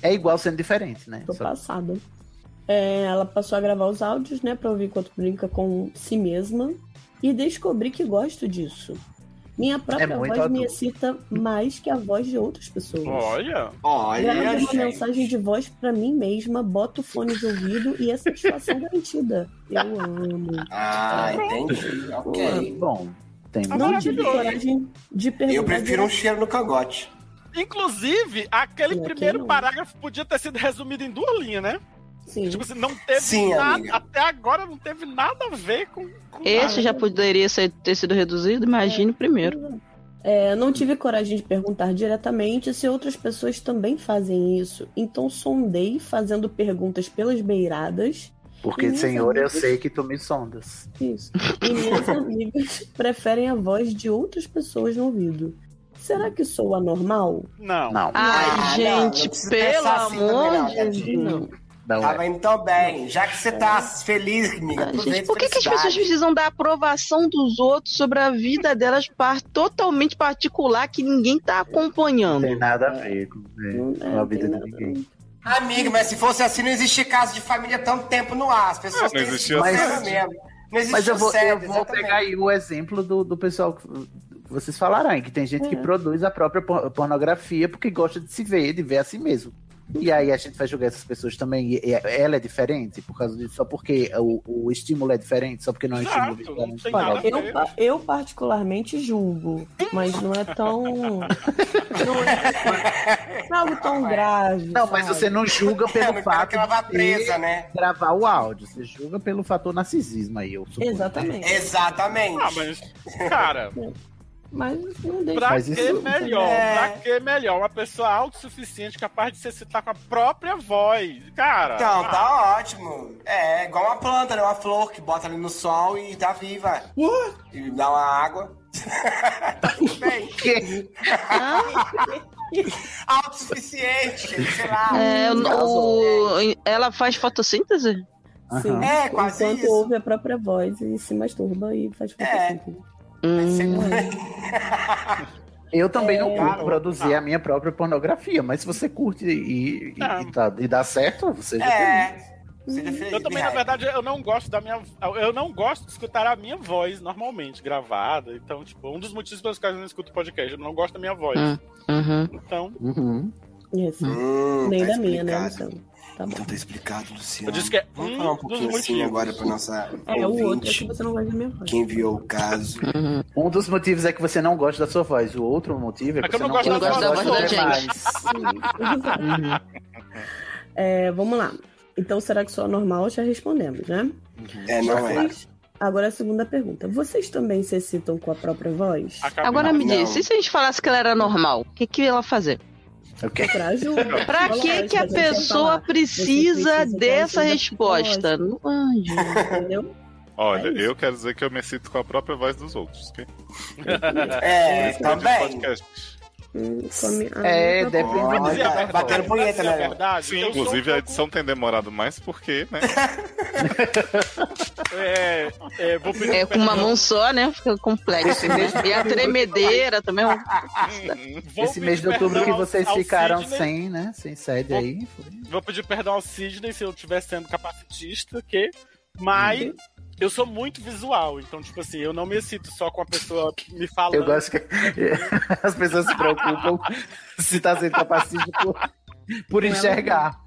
É igual sendo diferente, né?
Tô
Só-
passada. É, ela passou a gravar os áudios, né, pra ouvir enquanto brinca com si mesma e descobri que gosto disso. Minha própria
É muito
voz me
adulto.
excita mais que a voz de outras pessoas.
Olha.
Olha,
Gravo uma
gente.
mensagem de voz pra mim mesma, boto o fone de ouvido e é satisfação garantida. Eu amo.
Ah, entendi. Ok.
Bom, tem
Ah,
Não
maravilhoso.
tive coragem de perguntar.
um
Eu prefiro um cheiro no cangote.
Inclusive, aquele
E aqui
primeiro
não.
parágrafo podia ter sido resumido em duas linhas, né?
Sim.
Tipo assim, não teve
Sim,
nada.
amiga.
Até agora não teve nada a ver com. com
Esse
nada.
já poderia ser- ter sido reduzido, imagine o primeiro.
É, não tive coragem de perguntar diretamente se outras pessoas também fazem isso, então sondei fazendo perguntas pelas beiradas.
Porque,
Sim,
senhor, eu
amigas.
sei que tu me sondas.
Isso. E minhas amigas preferem a voz de outras pessoas no ouvido. Será que sou anormal?
Não.
Não,
Ai,
não, Ah, não
gente,
precisa
pelo
pensar assim também,
amor
não,
de
Gatinho.
Deus.
não
Tá
é.
indo tão bem. Já que você tá feliz,
Ah,
amiga, aproveita
gente,
a
por que, que as
felicidade.
pessoas precisam da aprovação dos outros sobre a vida delas par- totalmente particular que ninguém tá
Não
acompanhando?
tem nada a ver com, é,
Não,
com
é,
a
não
vida
tem
de
nada,
ninguém.
Amiga, mas se fosse assim, não existia caso de família tanto tempo no ar. As pessoas
Ah,
Não
têm esse
existia
assim.
problema
sede.
mesmo. Não existia
Mas eu vou, eu
sede,
vou
exatamente.
pegar aí o exemplo do, do pessoal que vocês falaram, aí, que tem gente que
É.
produz a própria por- pornografia porque gosta de se ver, de ver a si mesmo. E aí a gente vai julgar essas pessoas também. E, e ela é diferente por causa disso, só porque o, o estímulo é diferente, só porque não é um estímulo
Exato, não
visualmente
tem
igual.
nada a ver.
Eu, eu particularmente julgo, mas não é tão. Não é, não é algo tão grave.
Não, mas
sabe?
você não julga
É,
pelo
mas pena
fato
que ela vá
de ter-
presa, né?
gravar o áudio, você julga pelo fator narcisismo aí, eu suponho. né?
Exatamente.
Exatamente.
Ah, mas. Cara,
Mas não deixa.
pra
Mas
que
isso-
melhor?
É.
Pra que melhor? Uma pessoa autossuficiente capaz de se excitar com a própria voz. Cara.
Então,
ah,
tá ótimo. É, igual uma planta, né? Uma flor que bota ali no sol e tá viva. E dá uma água. tá tudo bem. Autossuficiente, sei lá.
É, o- o- ela faz fotossíntese?
Aham.
É, quase
Enquanto
isso.
ouve a própria voz e se masturba e faz fotossíntese.
É
Hum,
Eu também não
É.
curto
Garoto,
produzir
tá.
a minha própria pornografia, mas se você curte e, e,
Não.
e tá- e dá certo, você já feliz.
É. Seja feliz.
Eu também, na
Mihaly.
verdade, eu não gosto da minha. Eu não gosto de escutar a minha voz normalmente, gravada. Então, tipo, um dos motivos pelos quais eu não escuto podcast, eu não gosto da minha voz.
Ah.
Hum. Uhum.
Então,
Uhum.
Isso.
Hum,
Nem
tá
da minha, né?
explicado.
Luciano? Tá bom.
Então tá explicado, Luciano.
eu disse que é
Vamos falar
um
um
dos
pouquinho assim
motivos.
agora pra nossa
É, o outro é que
ouvinte,
você não vai ver minha voz.
que enviou o caso.
uhum.
Um dos motivos é que você não gosta da sua voz, o outro motivo é que,
É que eu
você
não
não
gosto
gosta
da
da
voz né,
voz
da
dos
gente.
demais.
É, vamos lá. Então, será que sou anormal? Já respondemos, né?
É, não é.
Vocês- Agora a segunda pergunta. Vocês também se excitam com a própria voz?
Acabei-
Agora me
Não.
diz, e se a gente falasse que ela era normal, o que, que ela ia fazer?
Eu quero-
Pra ajuda.
Pra
Fala,
que, que a
gente, vai
pessoa
falar.
precisa
precisa
dessa
da
resposta? Não, ai, gente.
Entendeu?
Olha,
É isso.
eu quero dizer que eu me sinto com a própria voz dos outros. ok?
É,
Esse grande
também.
podcast.
Hum, come- ah,
É,
tá bom.
depende
Pra
Olha,
dizer a
tá
verdade,
batendo
pra
punheta,
dizer é a
né?
verdade,
Sim,
eu sou um
é
inclusive a
pouco-
edição tem demorado mais porque, né?
É, é, vou pedir
É com uma mão só, né? Fica complexo. né? E a tremedeira também. é um-
Hum,
Vou
Esse
pedir
mês de outubro
perdão
que
ao-
vocês
ao
ficaram
Sidney.
sem, né? Sem sede
Vou-
aí. foi.
Vou pedir perdão ao Sidney se eu estiver sendo capacitista, que.
Uhum.
Mas eu sou muito visual, então, tipo assim, eu não me excito só com a pessoa me falando.
Eu gosto que as pessoas se preocupam se tá sendo capacitado por, por enxergar.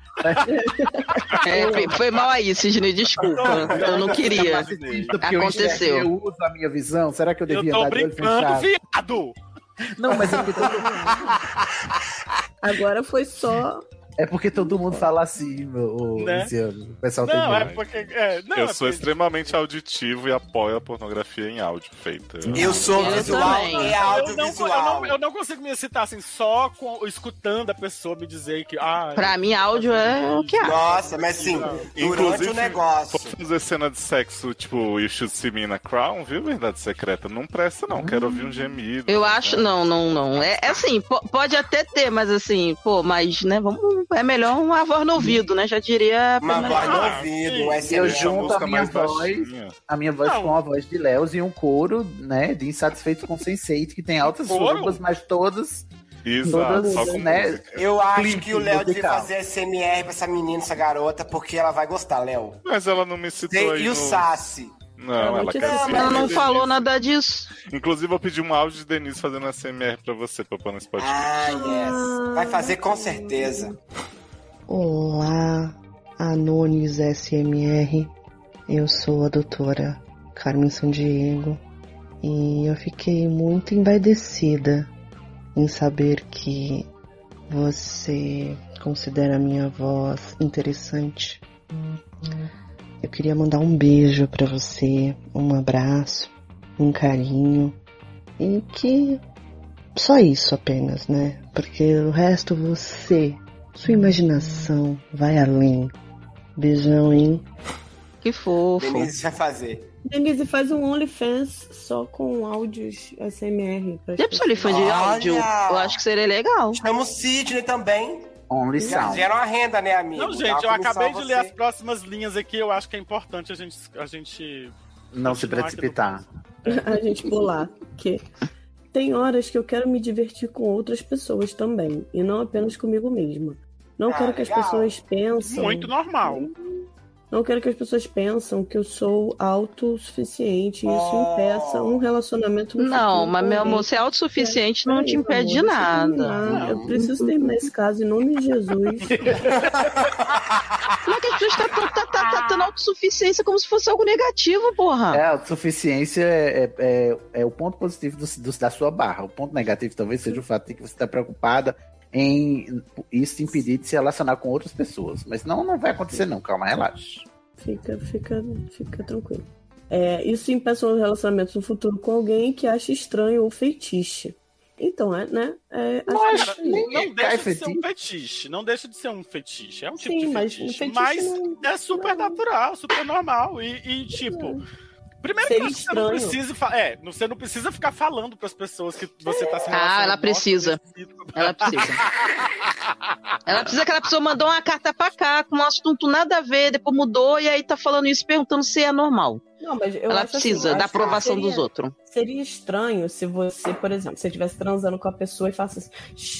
É, foi- foi mal aí, Sidney, desculpa. Eu não queria.
Capacitista, porque eu enxergo,
Aconteceu.
Eu, uso a minha visão. Será que eu
Eu
devia
tô
dar de olho
brincando,
fechado?
viado!
Não, mas é porque todo
Agora foi só.
É porque todo mundo fala assim, meu, ô,
Né?
Luciano. O pessoal tem
Não,
medo.
é porque. É, não,
Eu
é
sou
porque-
extremamente auditivo e apoio a pornografia em áudio feita.
Eu sou
Eu
visual
também.
e
Eu não, eu,
audiovisual.
não, eu não consigo me excitar assim, só com, escutando a pessoa me dizer que. Ah,
Pra mim, áudio é o que há.
Nossa, mas assim, durante
Inclusive,
o negócio.
Pode fazer cena de sexo, tipo, You Should See Me na Crown, viu? Verdade Secreta. Não presta, não. Quero ouvir um gemido.
Hum. Eu acho,
né?
não, não, não. É, é assim, po- pode até ter, mas assim, pô, mas, né, vamos, é melhor uma voz no ouvido, né? Já
tá
diria.
Uma voz no
Ah,
ouvido,
sim.
um
Eu
SMS.
junto
Música
a minha
mais
voz.
baixinha.
A minha voz
Não.
com a voz de Léus e um coro, né, de insatisfeito com Sensei, que tem altas
Coro?
roupas, mas todas,
Exato,
todas,
só com
né,
música.
Eu acho
clipe
que o Léo devia
musical.
fazer SMR pra essa menina, essa garota, porque ela vai gostar, Léo.
Mas ela não me citou aí
né? E o
no-
Sassi?
Não, ela
te
quer
dá,
ser
mas
Ela não
Denise.
falou nada disso.
Inclusive, eu pedi um áudio de Denise fazendo SMR pra você, pra pôr no Spotify.
Ah, yes. Vai fazer com certeza.
Olá, Anonis SMR. Eu sou a doutora Carmen San Diego e eu fiquei muito embadecida em saber que Você considera a minha voz interessante? Eu queria mandar um beijo para você, um abraço, um carinho e que só isso apenas, né? Porque o resto você, sua imaginação vai além. Beijão, hein?
Que fofo.
Denise vai fazer.
Denise faz um OnlyFans só com áudios SMR.
Tem pra OnlyFans de áudio? Eu acho que seria legal.
Chama o Sidney também.
OnlySound.
é
Gera uma renda, né, amigo?
Não, gente, eu acabei de ler as próximas linhas aqui. Eu acho que é importante a gente. A gente
não se precipitar.
A gente pular. Que tem horas que eu quero me divertir com outras pessoas também. E não apenas comigo mesma. Não ah, quero que as legal. pessoas pensem.
Muito normal.
Não quero que as pessoas pensem que eu sou autossuficiente. Oh. Isso impeça um relacionamento
no Não, mas meu amor, ser autossuficiente é, não te impede amor, de nada.
Não. Eu preciso terminar esse caso em nome de Jesus.
como é que as pessoas estão tá, tá, tá, tratando autossuficiência como se fosse algo negativo, porra?
É, autossuficiência é, é, é o ponto positivo do, do, da sua barra. O ponto negativo talvez seja o fato de que você está preocupada em isso impedir de se relacionar com outras pessoas. Mas não, não vai acontecer, não. Calma, relaxa.
Fica, fica, fica tranquilo. É, isso impeça um relacionamento no futuro com alguém que acha estranho ou feitiço. Então, é, né? É,
mas, cara, não, não deixa é de fetiche. ser um fetiche. Não deixa de ser um fetiche. É um tipo Sim, de fetiche. Mas, fetiche mas não, é super não. natural, super normal. E, e tipo. Primeiro Seria que você estranho. não precisa. É, você não precisa ficar falando para as pessoas que você está se
Ah, ela precisa. Ela precisa. ela precisa que a pessoa mandou uma carta para cá com um assunto nada a ver, depois mudou e aí tá falando isso, perguntando se é normal. Não, mas eu ela precisa assim, da aprovação seria, dos outros.
Seria estranho se você, por exemplo, se estivesse transando com a pessoa e falasse assim: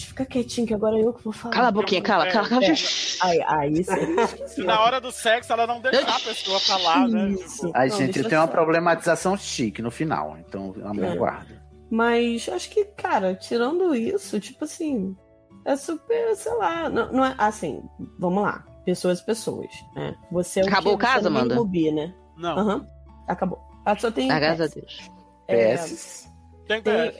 fica quietinho que agora eu que vou falar.
Cala a boquinha, cala, é, cala, cala. É.
Aí, aí seria esquisito.
Na hora do sexo ela não deixar a pessoa falar, né? Tipo...
Aí, gente, tem
assim.
uma
assim.
problematização chique no final, então aguardo. É.
Mas acho que, cara, tirando isso, tipo assim, é super, sei lá, não, não é assim, vamos lá. Pessoas, pessoas, né? Você é o
Acabou o caso, Amanda?
Rubi, né?
Não. Uhum
acabou. A só tem.
Graças a Deus.
É, PS.
Tem,
tem,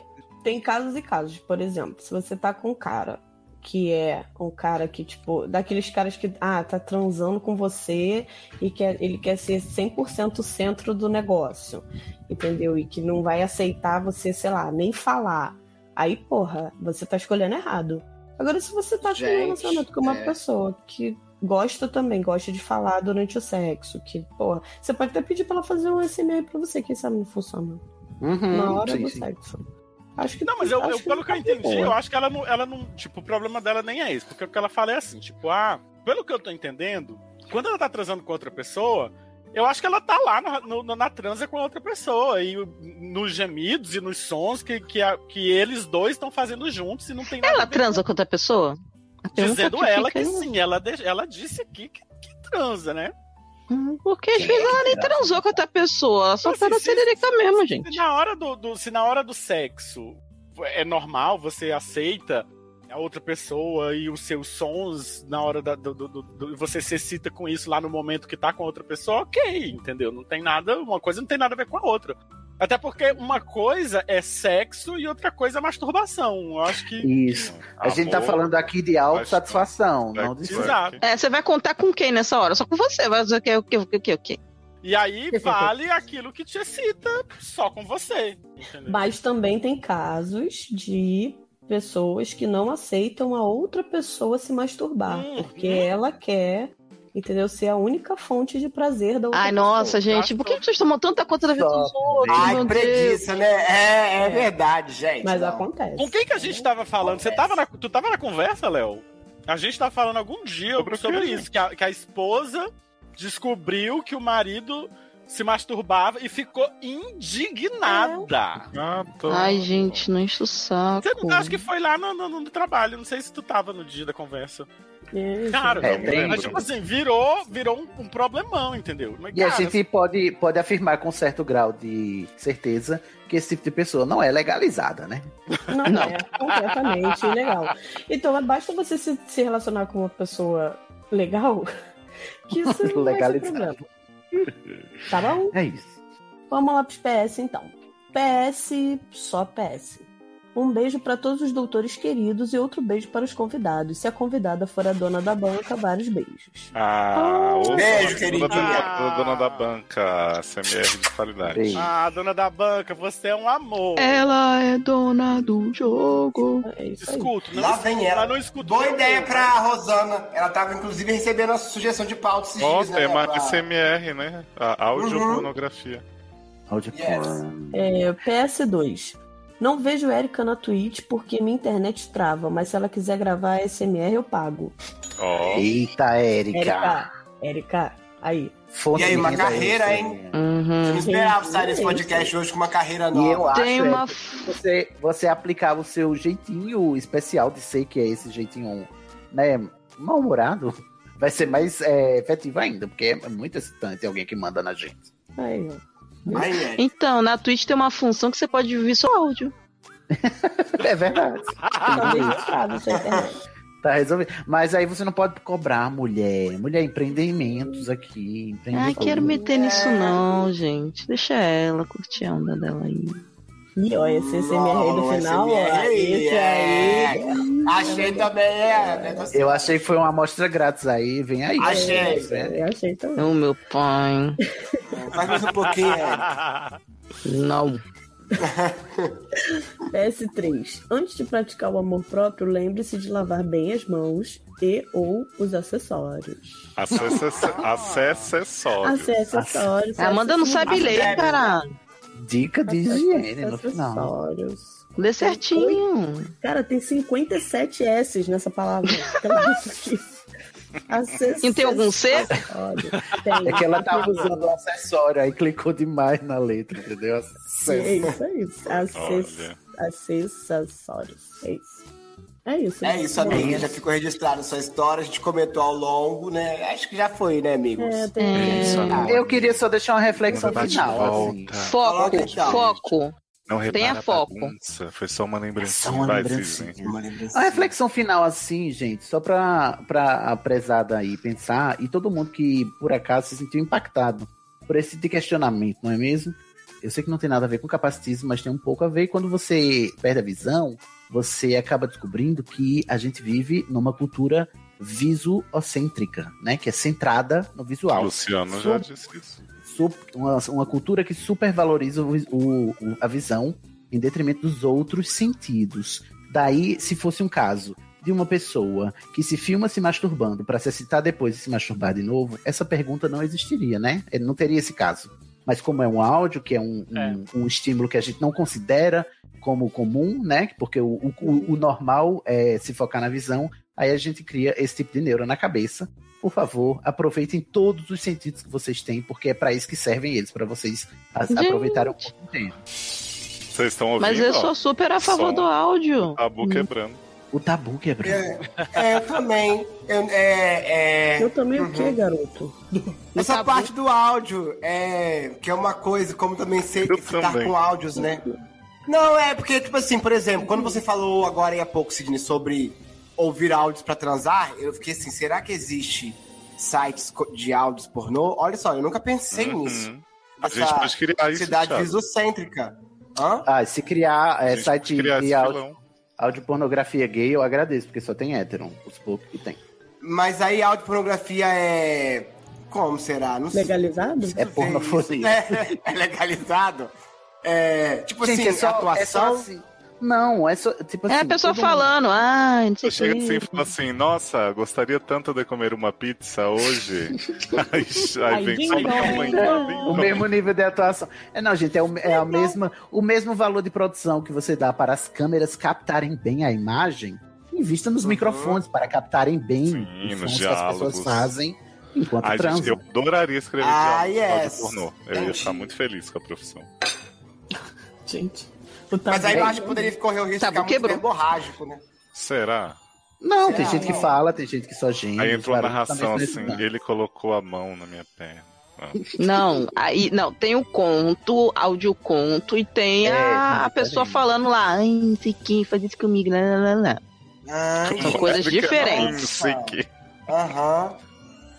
tem, casos e casos. Por exemplo, se você tá com um cara que é um cara que, tipo, daqueles caras que, ah, tá transando com você e quer, ele quer ser 100% centro do negócio, entendeu? E que não vai aceitar você, sei lá, nem falar. Aí, porra, você tá escolhendo errado. Agora, se você tá Gente, com um relacionamento com uma é. pessoa que gosta também, gosta de falar durante o sexo. Que, porra, você pode até pedir pra ela fazer um SMR pra você, quem sabe não funciona.
Uhum,
Na hora sim, do sim. sexo. Acho que tá
não, mas eu, eu pelo que eu entendi, boa. eu acho que ela não, ela não. Tipo, o problema dela nem é isso. Porque o que ela fala é assim, tipo, ah, pelo que eu tô entendendo, quando ela tá transando com outra pessoa, eu acho que ela tá lá na, no, na transa com outra pessoa. E nos gemidos e nos sons que, que, a, que eles dois estão fazendo juntos e não tem
Ela transa com outra pessoa?
Dizendo que ela que aí. sim, ela, de, ela disse aqui que, que transa, né?
Porque às vezes ela nem transou com outra pessoa, ela só assim, faz a sererica mesmo, gente.
Se na, hora do, do, se na hora do sexo é normal, você aceita a outra pessoa e os seus sons na hora da, do, do, do, você se excita com isso lá no momento que tá com a outra pessoa, ok, entendeu? Não tem nada, uma coisa não tem nada a ver com a outra. Até porque uma coisa é sexo e outra coisa é masturbação. Eu acho que.
Isso. A Amor, gente tá falando aqui de autossatisfação, não de
Exato. É, você vai contar com quem nessa hora? Só com você. Vai dizer o que, o que, o que, o que.
E aí vale aquilo que te excita só com você. Entendeu?
Mas também tem casos de pessoas que não aceitam a outra pessoa se masturbar. Hum,
Uhum.
porque hum. ela quer entendeu? Ser a única fonte de prazer da outra
Ai, nossa, pessoa, gente, tá? por que vocês tomam tanta conta da vida dos outros?
Ai, preguiça, Deus. né? É, é, verdade, gente.
Mas não. acontece.
Com quem que a gente tava falando? Acontece. Você tava na, tu tava na conversa, Léo? A gente tava falando algum dia sobre, sobre isso, que a, que a esposa descobriu que o marido se masturbava e ficou indignada.
Ah, Ai, gente, não enche o
É.
saco. Você
não, acho que foi lá no, no, no, trabalho, não sei se tu tava no dia da conversa.
Isso.
Cara, é, não, mas tipo assim, virou, virou um, um problemão, entendeu?
Mas, e cara, a gente pode, pode afirmar com certo grau de certeza que esse tipo de pessoa não é legalizada, né?
Não, não. é completamente ilegal.
é
Então, basta você se, se relacionar com uma pessoa legal que isso não legalizado. Tá bom?
É isso.
Vamos lá pros PS então. PS, só PS.
Um beijo para todos os doutores queridos e outro beijo para os convidados. Se a convidada for a dona da banca, vários beijos.
Ah, oh,
beijo, querida.
Dona, dona da banca, CMR de qualidade. Beijo.
Ah, dona da banca, você é um amor.
Ela é dona do jogo.
É escuto,
não Lá escuto, vem ela.
Não escuto
Boa ideia para a Rosana. Ela estava inclusive, recebendo a sugestão de pauta esses
Ó, dias, tema né, CMR, né? A audiopornografia.
Audio yes.
é, PS2. Não vejo Erika na Twitch porque minha internet trava, mas se ela quiser gravar SMR eu pago.
Oh.
Uhum. Eita, Erika.
Erika, aí.
Fonte e aí, uma carreira, aí, hein? Uhum. Eu não esperava sair desse podcast hoje com uma carreira nova. E eu
acho, Tem uma... Érica, você, você aplicar o seu jeitinho especial de sei que é esse jeitinho, né, mal-humorado, vai ser mais é, efetivo ainda, porque é muito excitante alguém que manda na gente.
Aí, ó.
é.
Então, na Twitch tem uma função que você pode ouvir só áudio.
é verdade. tá resolvido. Mas aí você não pode cobrar mulher. Mulher, empreendimentos aqui.
Ai, quero meter nisso não, gente. Deixa ela curtir a onda dela aí.
E olha, esse SMR do final, ó. Esse
é.
aí.
Achei também, é.
Eu achei que foi uma amostra grátis aí, vem aí. É,
Achei.
É, Eu achei também.
É O meu pai.
Faz mais um pouquinho.
Não.
PS3. Antes de praticar o amor próprio, lembre-se de lavar bem as mãos e ou os acessórios.
Acesse acessórios.
Acessórios.
A Amanda não sabe ler, caralho.
Dica de higiene no final.
Lê certinho.
Cara, tem 57 S's nessa palavra. Então,
Acessório. Não tem algum C?
É que ela tava usando o acessório, aí clicou demais na letra, entendeu?
Acessório. É isso, é isso. Acess... Acessórios. É isso. É isso,
é isso amiga. Já ficou registrada sua história, a gente comentou ao longo, né? Acho que já foi, né, amigos?
É, tem... é
isso, eu queria só deixar uma reflexão final. Assim.
Foco, então, foco.
Não repara
Tenha foco.
Bagunça, foi só uma lembrança.
É só uma lembrancinha. A reflexão final, assim, gente, só pra, pra a prezada aí pensar, e todo mundo que, por acaso, se sentiu impactado por esse questionamento, não é mesmo? Eu sei que não tem nada a ver com capacitismo, mas tem um pouco a ver. Quando você perde a visão, você acaba descobrindo que a gente vive numa cultura visuocêntrica, né? Que é centrada no visual.
Luciano Sub... já disse isso.
Sub... Uma, uma, cultura que supervaloriza o, o, a visão em detrimento dos outros sentidos. Daí, se fosse um caso de uma pessoa que se filma se masturbando para se excitar depois e se masturbar de novo, essa pergunta não existiria, né? Não teria esse caso. Mas como é um áudio, que é um, um, é. um estímulo que a gente não considera como comum, né? Porque o, o, o normal é se focar na visão, aí a gente cria esse tipo de neuro na cabeça. Por favor, aproveitem todos os sentidos que vocês têm, porque é para isso que servem eles, para vocês gente. aproveitarem um pouco do tempo.
Vocês estão ouvindo?
Mas eu sou super a favor Som. do áudio.
O tabu quebrando.
O tabu quebrando. É,
é eu também. Eu, é,
é... eu também uhum. o quê, garoto?
Essa tabu... parte do áudio, é... que é uma coisa, como também sei que ficar com áudios, né? Não, é porque, tipo assim, por exemplo, quando você falou agora há pouco, Sidney, sobre ouvir áudios para transar, eu fiquei assim, será que existe sites de áudios pornô? Olha só, eu nunca pensei uhum. nisso.
A Essa gente pode criar isso,
cidade visocêntrica. Hã?
Ah, se criar é, site criar de áudio, áudio pornografia gay, eu agradeço, porque só tem hétero, os poucos que tem.
Tipo Mas aí áudio pornografia é... Como será? Não
legalizado?
É pornofonia.
É, é legalizado? É, tipo gente, assim, é só, atuação... É só assim.
Não, é só. Tipo
é assim, a pessoa falando, mundo. ah, não sei
Você chega assim e fala assim, nossa, gostaria tanto de comer uma pizza hoje. aí, aí vem só minha mãe.
O mesmo nível de atuação. É, não, gente, é, o, é
Então.
a mesma, o mesmo valor de produção que você dá para as câmeras captarem bem a imagem, invista nos uhum. microfones para captarem bem Sim, os sons que as pessoas fazem. Enquanto Ai, transam.
Gente, eu adoraria escrever ah, diálogo yes. pornô. Eu Entendi. ia ficar muito feliz com a profissão.
Gente.
tá
Mas aí eu acho que poderia correr o
Tá
risco de ficar muito hemorrágico, né?
Será?
Não, Será? tem gente que fala, tem gente que só gente.
Aí entrou a narração assim, ele colocou a mão na minha perna.
Não, aí não, tem o conto, áudio conto, e tem é, a, a pessoa tá falando lá, ai, não sei quem, faz isso comigo, lá, lá, lá.
Ai,
São coisas diferentes.
Aham. Uhum.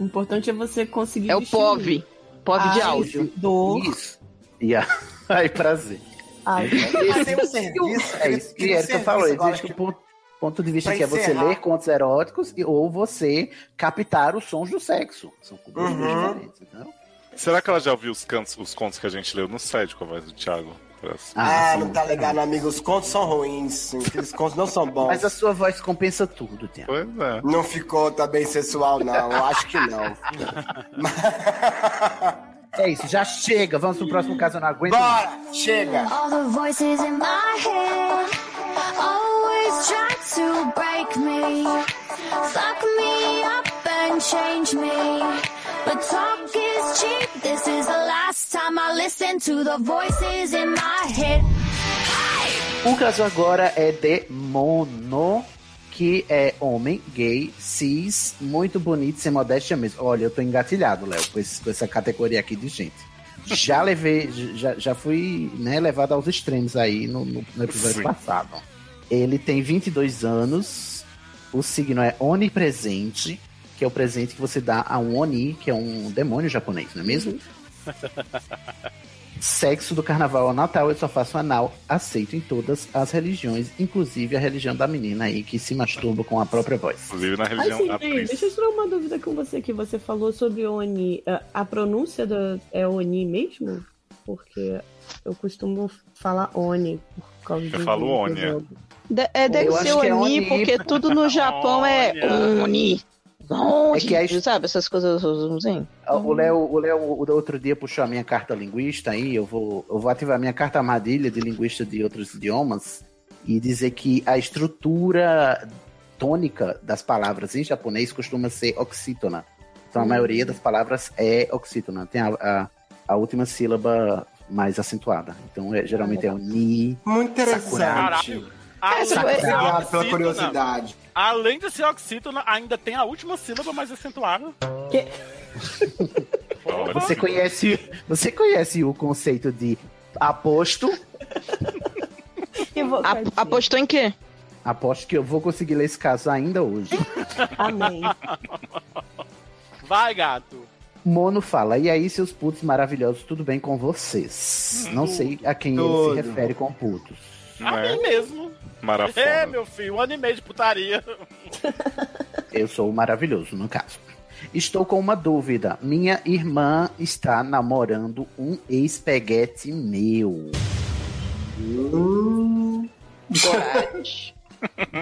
O importante é você conseguir.
Ah,
É o POV. POV de áudio.
Do... Isso. Yeah. ai, prazer. Ai,
esse é o serviço.
É isso que a Erika falou. Existe
tipo,
um ponto, ponto de vista que é você ler contos eróticos e, ou você captar os sons do sexo. São coisas
Uhum.
diferentes, entendeu?
Será que ela já ouviu os, cantos, os contos que a gente leu no SED com a voz do Thiago? Parece-
Ah, não tá legal, não, amigo. Os contos são ruins, sim. Os contos não são bons.
Mas a sua voz compensa tudo, Thiago.
Pois é.
Não ficou também sensual, não. Eu acho que não.
É isso, já chega. Vamos pro próximo caso, eu não aguento.
Bora! Chega!
All the voices in my head always try to break me, fuck me up and change me. But talk is cheap. This is the last time I listen to the voices in my head.
O caso agora é de Mono, que é homem, gay, cis, muito bonito, sem modéstia mesmo. Olha, eu tô engatilhado, Léo, com, esse- com essa categoria aqui de gente. Já levei, já, já fui né, levado aos extremos aí no, no- no episódio
Sim.
passado. Ele tem 22 anos, o signo é onipresente, que é o presente que você dá a um oni, que é um demônio japonês, não é mesmo? Sexo do carnaval ao Natal, eu só faço anal, aceito em todas as religiões, inclusive a religião da menina aí que se masturba com a própria voz.
Inclusive na
Ai, sim, Pri, deixa eu tirar uma dúvida com você que você falou sobre Oni. É, A, a pronúncia da, é Oni mesmo? Porque eu costumo falar Oni por causa
Eu
do-
falo
do
Oni, é.
jogo.
De- é, deve
Eu
ser
acho que é
Oni,
Oni.
porque tudo no Japão é
Olha.
Oni.
É
Oni,
que a his-
sabe? Essas coisas assim.
Ah, O Léo, o Léo o do outro dia puxou a minha carta linguista aí, eu vou, eu vou ativar minha carta armadilha de linguista de outros idiomas e dizer que a estrutura tônica das palavras em japonês costuma ser oxítona. Então a
Hum.
maioria das palavras é oxítona, tem a, a, a última sílaba mais acentuada. Então é- geralmente é o ni.
Muito
Sakuragi.
Caralho. Além de ser
Obrigado pela
oxítona-
curiosidade.
Além de ser oxítona, ainda tem a última sílaba mais acentuada.
Você conhece, você conhece o conceito de aposto?
Ap- apostou em quê?
Aposto que eu vou conseguir ler esse caso ainda hoje.
Amém.
Vai, gato.
Mono fala, e aí, seus putos maravilhosos, tudo bem com vocês? Não sei a quem
Tudo.
ele se refere com putos.
A
Né?
mim mesmo.
Tá
Marafona.
É, meu filho, um ano e meio de putaria.
Eu sou o maravilhoso, no caso. Estou com uma dúvida. Minha irmã está namorando um ex-peguete meu. Coragem.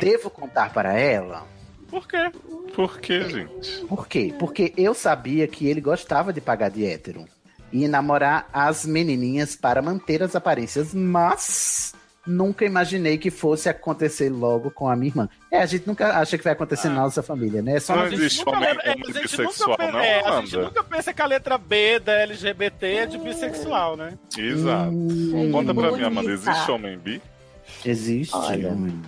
Devo contar para ela?
Por quê?
Por quê, gente?
Por quê? Porque eu sabia que ele gostava de pagar de hétero e namorar as menininhas para manter as aparências, mas nunca imaginei que fosse acontecer logo com a minha irmã. É, a gente nunca acha que vai acontecer na nossa família, né? É só
Não
na gente-
existe
Nunca
homem
lembra- é, mas a gente
bissexual,
nunca,
não,
é, a gente
Amanda?
nunca pensa que a letra B da LGBT é de bissexual, né?
Exato.
Hum,
Ai,
Conta pra mim,
bonita.
Amanda, existe homem bi?
Existe. um, hum,
Olha.
homem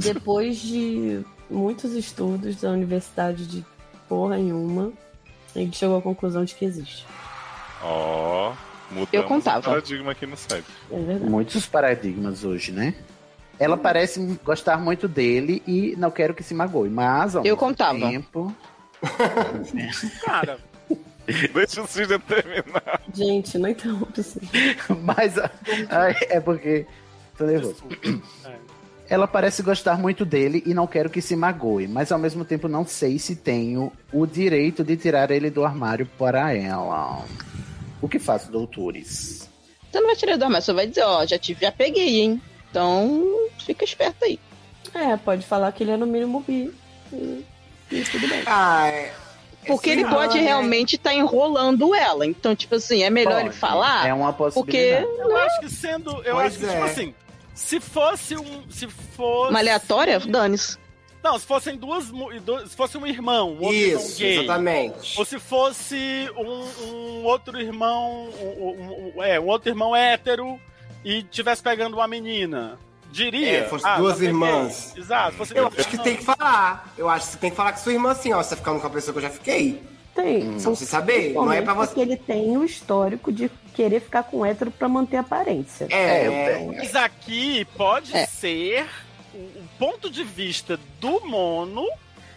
Depois de muitos estudos da universidade de porra nenhuma, a gente chegou à conclusão de que existe.
Ó, mudamos
Eu contava.
o paradigma aqui no site.
É
Muitos paradigmas hoje, né? Ela parece gostar muito dele e não quero que se magoe, mas ao
Eu
mesmo
contava.
tempo...
Cara.
Deixa o Cisne terminar.
Gente, não é assim. interrompe isso.
Mas a- ai, é porque. Tô nervoso.
É.
Ela parece gostar muito dele e não quero que se magoe, mas ao mesmo tempo não sei se tenho o direito de tirar ele do armário para ela. O que faço, doutores?
Você não vai tirar do armário, você vai dizer, ó, já, tive, já peguei, hein? Então, fica esperto aí.
É, pode falar que ele é no mínimo bi. E, e tudo bem.
Ah,
Porque
Esse
ele
não,
pode
é
né?
realmente estar enrolando ela. Então, tipo assim, é melhor ele falar.
É uma
Porque.
possibilidade.
Eu acho que sendo. Eu
Pois
acho que,
é.
tipo assim, se fosse um. Se fosse.
Uma aleatória, dane-se.
Não, se fossem duas. mu- e dois- Se fosse um irmão, um outro irmão
Isso,
gay.
exatamente.
Ou se fosse um, um outro irmão. Um, um- um- é, um outro irmão hétero e tivesse pegando uma menina. Diria.
É, fosse duas
tá
irmãs.
peguei. Exato, fosse
Eu
duas
acho que
irmãs.
tem que falar. Eu acho que você tem que falar com sua irmã assim, ó. Você tá ficando com a pessoa que eu já fiquei.
Tem.
Só pra Hum, você saber. Não é pra você.
Porque ele tem o histórico de querer ficar com hétero pra manter a aparência.
É.
É,
Mas aqui pode ser o o ponto de vista do mono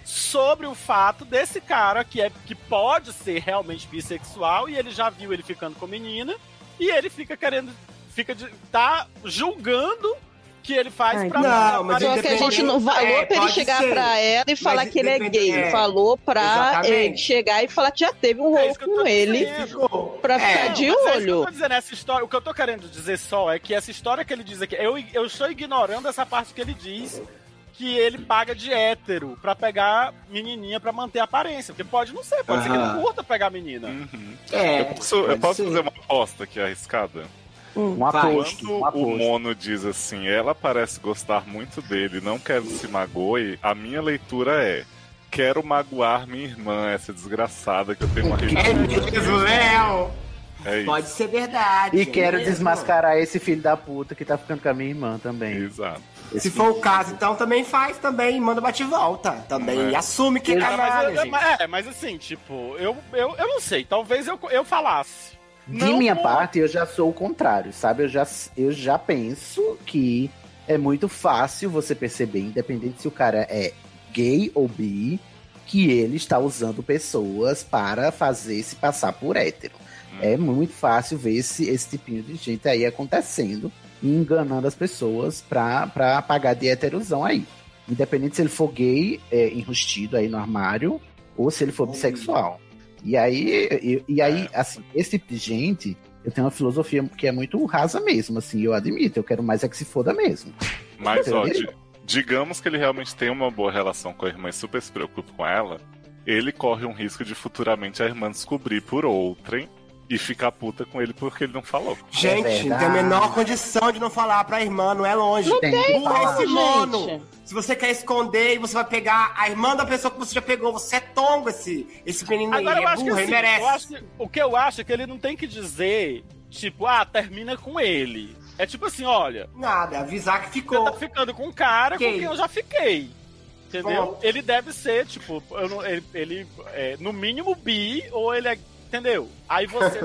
sobre o fato desse cara que, é, que pode ser realmente bissexual e ele já viu ele ficando com menina e ele fica querendo fica de, tá julgando que ele faz Ai, pra
não, mas Só que a gente não falou é, pra ele chegar ser. pra ela e falar mas que ele é gay. É. Falou pra ele chegar e falar que já teve um rolo é com ele dizendo. É, pra ficar de não, olho.
dizendo, essa história, o que eu tô querendo dizer só é que essa história que ele diz aqui, eu, eu estou ignorando essa parte que ele diz que ele paga de hétero pra pegar menininha pra manter a aparência. Porque pode não ser, pode uhum. ser que ele curta pegar menina.
Uhum. É, eu posso, eu posso fazer uma aposta aqui arriscada?
Um aposto,
Quando
aposto.
o Mono diz assim, ela parece gostar muito dele, não quer que se magoe, a minha leitura é. Quero magoar minha irmã, essa desgraçada que eu tenho uma
É mesmo, Léo! É Pode ser verdade.
E quero é desmascarar esse filho da puta que tá ficando com a minha irmã também.
Exato.
Se for o caso, então também faz também, manda bate volta. Também é. assume que é canalha,
mas, mas, É, mas assim, tipo, eu, eu, eu não sei, talvez eu, eu falasse.
De não, minha não. parte, eu já sou o contrário, sabe? Eu já, eu já penso que é muito fácil você perceber, independente se o cara é gay ou bi, que ele está usando pessoas para fazer se passar por hétero. Hum. É muito fácil ver esse, esse tipinho de gente aí acontecendo e enganando as pessoas para pagar de heterosão aí. Independente se ele for gay, é, enrustido aí no armário, ou se ele for bissexual. E aí, e, e aí Hum. é. assim, esse tipo de gente, eu tenho uma filosofia que é muito rasa mesmo, assim, eu admito, eu quero mais é que se foda mesmo.
Mas, ó, di digamos que ele realmente tem uma boa relação com a irmã e super se preocupa com ela, ele corre um risco de futuramente a irmã descobrir por outrem e ficar puta com ele porque ele não falou.
Gente, é tem a menor condição de não falar pra irmã, não é longe.
Não tem, tem esse mono.
Se você quer esconder e você vai pegar a irmã da pessoa que você já pegou, você é tongo esse, esse menino Agora, aí, é burro, ele assim, merece.
Que, o que eu acho é que ele não tem que dizer, tipo, ah, termina com ele. É tipo assim, olha...
Nada, avisar que ficou.
Você tá ficando com um cara fiquei. com quem eu já fiquei. Entendeu? Bom. Ele deve ser, tipo, não, ele, ele é, no mínimo bi, ou ele é entendeu? Aí você.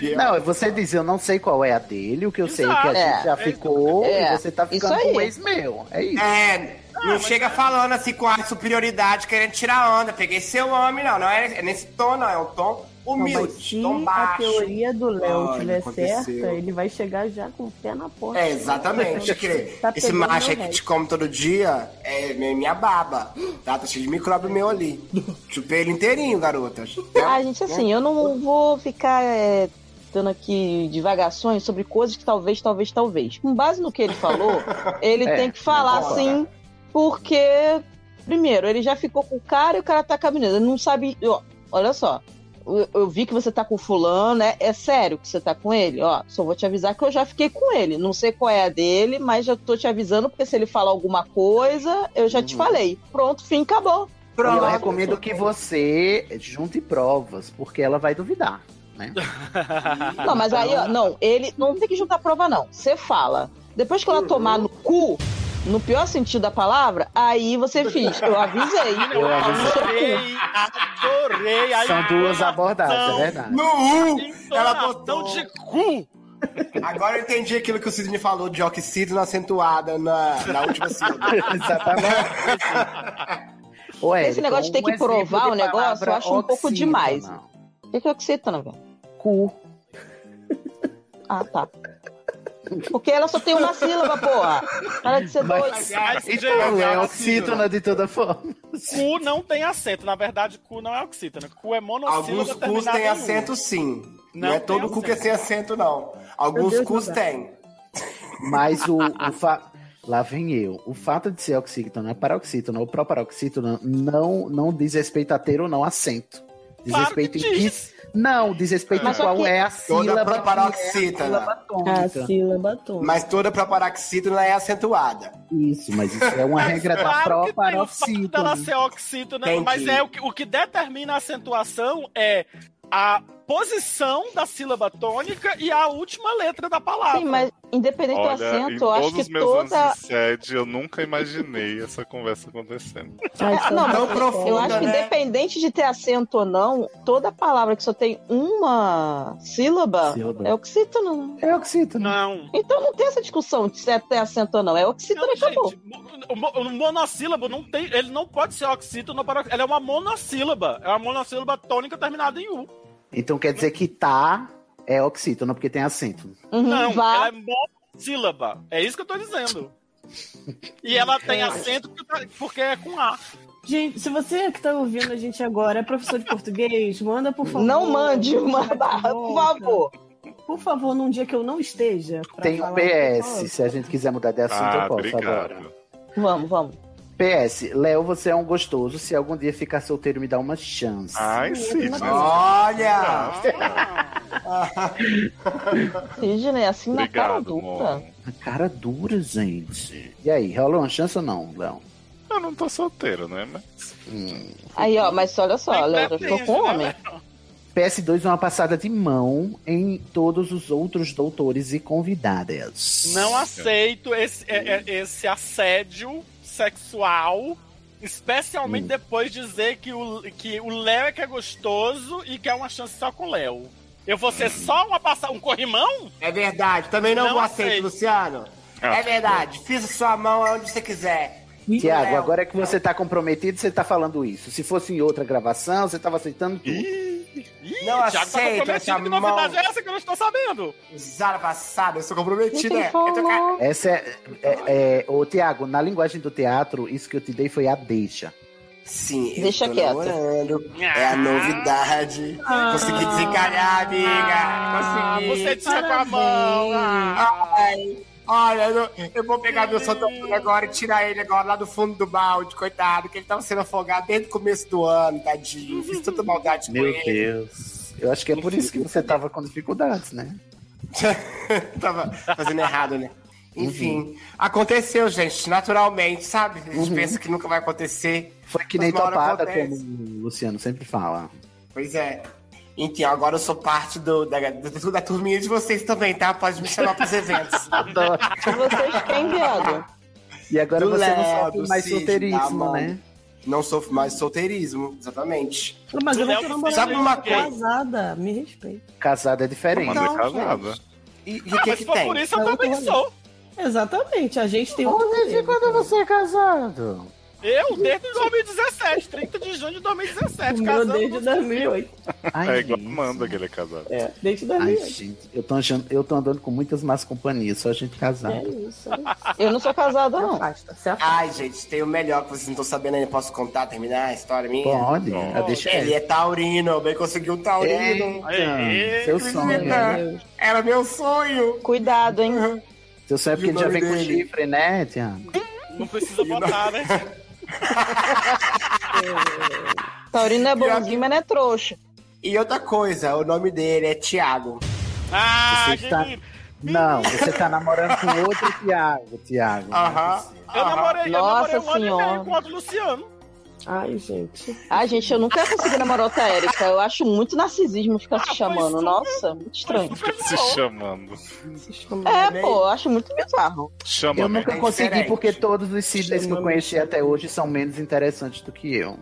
Diz, não, você diz, eu não sei qual é a dele, o que eu Exato. sei é que a gente já é, ficou, é. e você tá ficando com o ex meu. É isso.
É, não ah, chega mas... falando assim com a superioridade, querendo tirar onda. Peguei seu homem, não. Não é, é nesse tom, não. É um tom humilde, não, tom baixo.
a teoria do Léo tiver certa, ele vai chegar já com o pé na porta.
É, exatamente. tá Esse macho aí que te come todo dia é minha baba. Tá, tá cheio de micróbio meu ali. Chupei ele inteirinho, garota.
Ah, gente, assim, eu não vou ficar... É, dando aqui divagações sobre coisas que talvez, talvez, talvez. Com base no que ele falou, ele é, tem que falar assim, porque, primeiro, ele já ficou com o cara e o cara tá caminhando. Ele não sabe. Ó, olha só, eu, eu, vi que você tá com fulano, né? É sério que você tá com ele? Ó, só vou te avisar que eu já fiquei com ele. Não sei qual é a dele, mas já tô te avisando, porque se ele falar alguma coisa, eu já uhum. te falei. Pronto, fim, acabou.
Então,
Pronto.
Eu recomendo que você junte provas, porque ela vai duvidar, né?
Ah,
não, mas aí, ó, não, ele não tem que juntar prova, não. Você fala. Depois que ela tomar no cu, no pior sentido da palavra, aí você fiz. Eu avisei.
Eu avisei. Adorei, adorei.
São duas abordagens, é verdade.
No U, ela botou
de cu.
Agora eu entendi aquilo que o Sidney falou de oxígeno acentuada na, na última sílaba.
Exatamente.
Ué, Esse
então,
negócio de ter
um
que provar o negócio, eu acho um pouco demais. O que, que é oxítona, velho?
Cu.
Ah, tá. Porque ela só tem uma sílaba, porra. Para de ser doido.
Então, é oxítona de toda forma.
Cu não tem acento. Na verdade, cu não é oxítona. Cu é monossílaba. um.
Alguns cus têm acento, sim. Não, não é todo cu que é sem acento, não. Alguns cus têm.
Mas o, o fa... Lá vem eu. O fato de ser oxítona, é paroxítona ou proparoxítona não, não diz respeito a ter ou não acento. Desrespeito claro que em que... Não, desrespeito em qual é a sílaba.
Toda paroxítona.
É a sílaba tônica.
Mas toda proparoxítona é acentuada.
Isso, mas isso é uma regra da
claro
proparoxítona.
Tem, ela ser oxítona, Entendi. mas é o que, o que determina a acentuação é a posição da sílaba tônica e a última letra da palavra. Sim,
mas independente Olha, do acento, eu acho que
meus
toda.
Anos de sede, eu nunca imaginei essa conversa acontecendo.
Ah,
É, não, tão profunda, eu acho que né? independente de ter acento ou não, toda palavra que só tem uma sílaba, sílaba. é oxítono.
É oxítono.
Não.
Então não tem essa discussão de se é ter acento ou não. É oxítono não, e acabou.
Gente, o monossílabo não tem. Ele não pode ser oxítono para. Ele é
Hum,
uma monossílaba. É uma monossílaba tônica terminada em U.
Então quer dizer que tá É oxítona, porque tem acento.
Uhum, não, vá. ela é monossílaba. É isso que eu tô dizendo. E ela tem acento porque é com A.
Gente, se você que tá ouvindo a gente agora é professor de português, manda por favor.
Não mande uma barra, por favor.
Por favor, num dia que eu não esteja.
Tem um PS, se a gente quiser mudar de assunto, ah, eu posso obrigado. agora.
Vamos, vamos.
PS, Léo, você é um gostoso. Se algum dia ficar solteiro, me dá uma chance.
Ai,
é
sim.
Olha!
Sidney, é assim Obrigado, na cara dura.
Na cara dura, gente. E aí, rola uma chance ou não, Léo?
Eu não tô solteiro, né? Mas...
Hum. Aí, ó, mas olha só, Léo, já ficou com homem. Né,
PS2 é uma passada de mão em todos os outros doutores e convidadas.
Não aceito esse, é, é, esse assédio sexual, especialmente hum. depois de dizer que o que o Léo é que é gostoso e que é uma chance só com o Léo. Eu vou ser só uma passa um corrimão?
É verdade, também não, não aceito, aceito, Luciano. Ah, é verdade, é. fiz a sua mão onde você quiser.
Tiago, agora é que você tá comprometido, você tá falando isso. Se fosse em outra gravação, você tava aceitando tudo. Ih,
Ih, não Thiago aceito tá essa
que
mão.
novidade é essa que eu não estou sabendo?
Zara passada, eu sou comprometido. É.
Tô... Essa é, é, é... Ô, Tiago, na linguagem do teatro, isso que eu te dei foi a deixa.
Sim,
Deixa quieto.
Namorando. É a novidade. Ah, Consegui desencalhar, amiga. Ah, Consegui.
Você tinha com a mão.
Ah. Ai. Olha, eu, eu, vou pegar meu santuário agora e tirar ele agora lá do fundo do balde, coitado, que ele tava sendo afogado desde o começo do ano, tadinho. Fiz tanta maldade
meu com ele. Meu Deus. Eu acho que é por isso que você tava com dificuldades, né?
tava fazendo errado, né? Enfim, uhum. aconteceu, gente, naturalmente, sabe? A gente uhum. pensa que nunca vai acontecer.
Foi que nem topada, como o Luciano sempre fala.
Pois é. Então, agora eu sou parte do, da, da, da, turminha de vocês também, tá? Pode me chamar pros eventos.
Adoro. vocês é quem, viado?
E agora do você Léo, não sofre mais Cid, solteirismo, né?
Não sofre mais solteirismo, exatamente.
Mas eu não tô namorando.
Sabe uma coisa?
Casada, me respeita.
Casada é diferente.
Então, é casada.
E o que, que, que tem?
por isso eu, eu também sou.
Exatamente, a gente tem outro.
Desde quando você é casado?
Eu, desde 2017, 30 de junho de 2017,
o casando. Desde 2008.
Ai, é igual Amanda que ele é casado.
É, desde 2008. Ai, gente,
eu tô, achando, eu tô andando com muitas más companhias, só gente casada.
É isso, é isso. Eu não sou casada, não.
Afasta, se afasta. Ai, gente, tem o melhor que vocês não estão sabendo ainda. Posso contar, terminar a história minha?
Pode, oh, deixa
É Ele é taurino, bem conseguiu um
É,
taurino.
Eita, seu É, sonho. Meu
Era meu sonho.
Cuidado, hein? Uhum.
Seu sonho é porque ele já vem dele. com chifre, né, Tiago?
Não precisa botar, né?
é. Taurino é bonzinho, mas não é trouxa.
E outra coisa, o nome dele é Tiago.
Ah, você
está... Não, você tá namorando com outro Tiago, Tiago.
Aham. Uh -huh.
Ah,
Eu namorei,
Nossa
eu namorei
um senhora.
com o Luciano.
Ai, gente.
Ai, gente, eu nunca consegui namorar outra Érica. Eu acho muito narcisismo ficar ah, se chamando. Nossa, muito estranho.
Ficar se chamando. Se
chamando. É, né? pô, eu acho muito bizarro.
Chama né?
eu nunca é consegui diferente. porque todos os Sidneys que eu conheci até hoje são menos interessantes do que eu.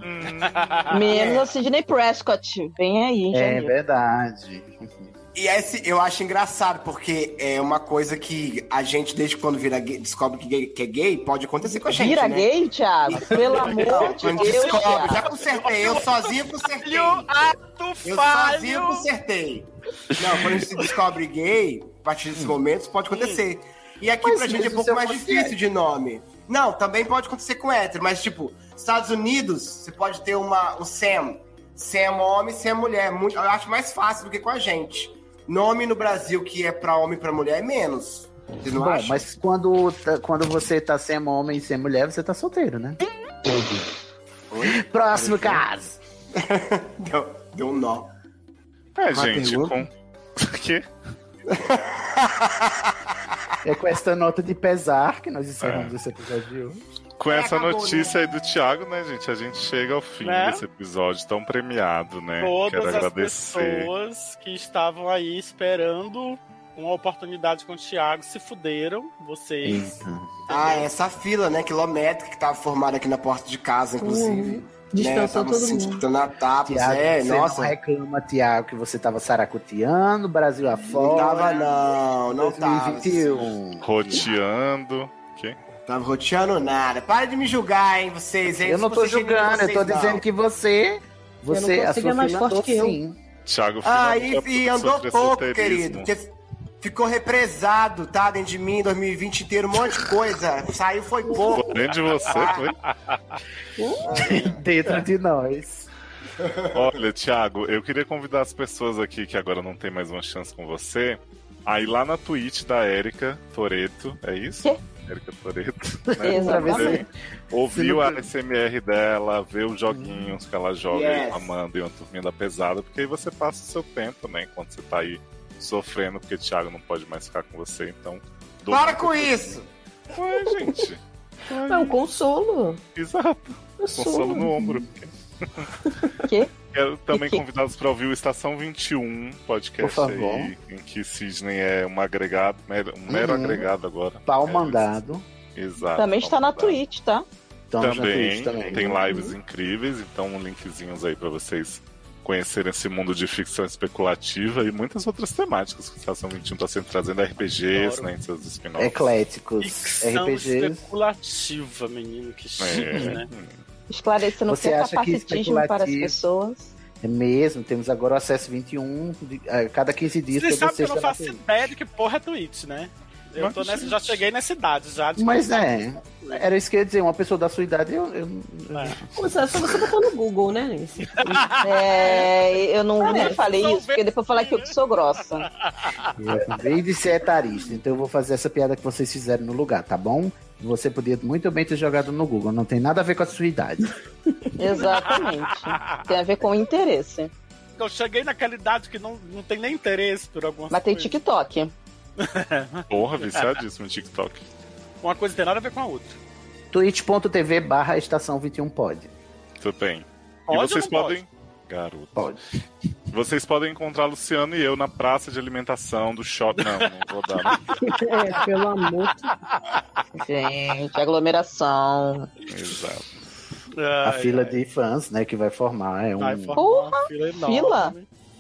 menos a Sidney Prescott. Vem aí,
É verdade.
E esse eu acho engraçado, porque é uma coisa que a gente, desde quando vira gay, descobre que, gay, que é gay, pode acontecer com a gente.
Vira
né?
gay, Thiago? Pelo amor de Deus. Descobre,
já consertei, eu sozinho consertei.
Ato
eu
um
sozinho consertei. Não, quando a gente se descobre gay, a partir desses momentos, pode acontecer. E aqui mas pra gente é um pouco mais difícil de nome. Não, também pode acontecer com hétero, mas tipo, Estados Unidos, você pode ter uma, um Sam. Sam é homem, Sam mulher. Muito, eu acho mais fácil do que com a gente nome no Brasil que é para homem e para mulher é menos. Vocês não Bom, acham?
mas quando, quando você tá sem homem e sem mulher, você tá solteiro, né? Oi? Próximo Oi? caso.
deu, deu um nó.
É, Uma gente, pergunta? com. O quê?
é com essa nota de pesar que nós encerramos é. esse episódio de hoje.
Com é, essa acabou, notícia né? aí do Thiago, né, gente? A gente chega ao fim né? desse episódio tão premiado, né?
Todas É, Quero as agradecer. pessoas que estavam aí esperando uma oportunidade com o Thiago se fuderam, vocês.
Ah, essa fila, né, quilométrica que tava formada aqui na porta de casa, inclusive. Uhum.
Distanciou né, todo se
disputando a tapa, é,
você
nossa.
não reclama, Tiago, que você tava saracoteando, Brasil afora.
Não tava, não, não 2021.
tava. Roteando. Quem?
Tava roteando nada. Para de me julgar, hein, vocês, hein?
Eu não tô julgando, eu tô não. dizendo que você. Você,
eu não a sua
é mais
forte que eu.
Sim.
Thiago é
Ah, e, e andou pouco, querido. Porque ficou represado, tá? Dentro de mim, 2020 inteiro, um monte de coisa. Saiu foi pouco.
Dentro de você,
foi? Dentro de nós.
Olha, Thiago, eu queria convidar as pessoas aqui que agora não tem mais uma chance com você. Aí lá na Twitch da Érica Toreto, é isso?
Quê?
Érica Toreto. Né? Você Ouviu a SMR dela, vê os joguinhos que ela joga
Yes.
amando e uma turminha da pesada, porque aí você passa o seu tempo também quando você tá aí sofrendo, porque o Thiago não pode mais ficar com você, então.
Para com isso!
Ué, gente.
É um consolo.
Exato. Consolo no ombro.
Quê?
Quero também convidados para ouvir o Estação 21, podcast
Por favor.
aí, em que Sidney é um agregado, mero- um mero
Uhum.
agregado agora.
Pau
É,
mandado. Então,
Exato. um
também está na Twitch, tá?
Estamos na
Também,
Twitch também. Uhum.
tem lives incríveis, então linkzinhos aí para vocês conhecerem esse mundo de ficção especulativa e muitas outras temáticas que o Estação 21 está tá sempre trazendo RPGs, né, em seus spin-offs.
Ecléticos.
São
RPGs.
especulativa, menino, que chique,
É.
né?
Esclarecendo
Você
o que é
acha que
capacitismo para as
especulativo-
pessoas.
É mesmo, temos agora o acesso 21, de, a cada 15 dias
Vocês
toda
sabem que eu não
sexta na
faço ideia de que porra é Twitch, né? Eu tô nessa, já cheguei nessa idade já. tipo, de
Mas
começar.
é, era isso que eu ia dizer, uma pessoa da sua idade, eu. eu, eu-
Você, é só você botou no Google, né, Nice?
É, eu não
Ah,
nem
é,
falei
são
isso, porque depois falar que eu que sou grossa.
eu acabei de ser etarista, então eu vou fazer essa piada que vocês fizeram no lugar, tá bom? Você podia muito bem ter jogado no Google, não tem nada a ver com a sua idade.
Exatamente. Tem a ver com interesse.
Eu cheguei naquela idade que não, não tem nem interesse por algumas
Mas tem
coisas.
TikTok.
Porra, viciadíssimo em TikTok.
Uma coisa tem nada a ver com a outra.
twitch.tv barra estação 21 pode.
Tudo bem.
Pode
e vocês
ou não pode?
podem. Garoto. Vocês podem encontrar Luciano e eu na praça de alimentação do shopping. Não, não vou dar. não.
É, pelo amor de
Gente, aglomeração.
Exato.
a fila de fãs, né, que vai formar é um,
Porra! Fila?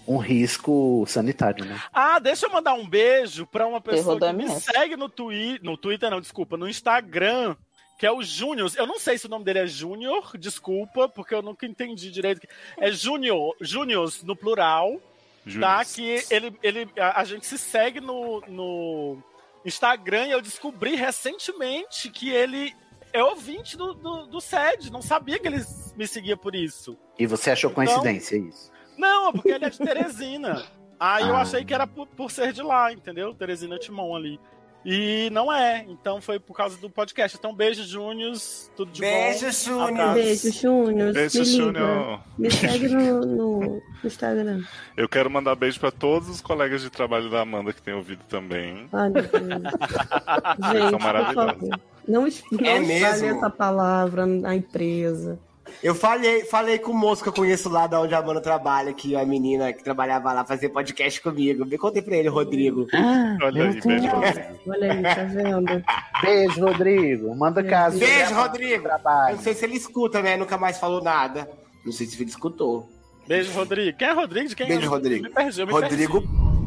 um risco sanitário, né?
Ah, deixa eu mandar um beijo pra uma pessoa
Errou da
que me
MS.
segue no Twitter. No Twitter, não, desculpa, no Instagram, que é o Júnior. Eu não sei se o nome dele é Júnior, desculpa, porque eu nunca entendi direito. É Júnior, Júniors no plural. Tá?
Júniors.
Que ele, ele, a, a gente se segue no, no Instagram e eu descobri recentemente que ele é ouvinte do, do, do SED. Não sabia que ele me seguia por isso.
E você achou
Então-
coincidência isso?
Não, é porque ele é de Teresina. Aí eu
Ah.
achei que era por, por ser de lá, entendeu? Teresina Timon ali. E não é, então foi por causa do podcast. Então, beijo, Júniors. Tudo de bom.
Beijo,
Júnior.
Deus. Beijo, Júnior.
Beijo,
Me liga.
Júnior.
Me segue no, no Instagram.
Eu quero mandar beijo pra todos os colegas de trabalho da Amanda que têm ouvido também.
Ai, meu Deus.
Vocês
Gente,
são
por
maravilhosos.
favor. Não, es- não
É
espalhe
mesmo?
essa palavra na empresa.
Eu falei, falei com o moço que eu conheço lá da onde a Amanda trabalha, que a menina que trabalhava lá fazia podcast comigo. Me contei pra ele, Rodrigo.
Ah,
Olha aí, beijo, Rodrigo.
Olha aí, tá vendo?
Beijo, Rodrigo. Manda caso.
Beijo, Rodrigo. Eu não sei se ele escuta, né? Nunca mais falou nada. Não sei se ele escutou.
Beijo, Rodrigo. Quem é Rodrigo? De Quem é
Beijo, Rodrigo.
Me perdi, eu me
Rodrigo,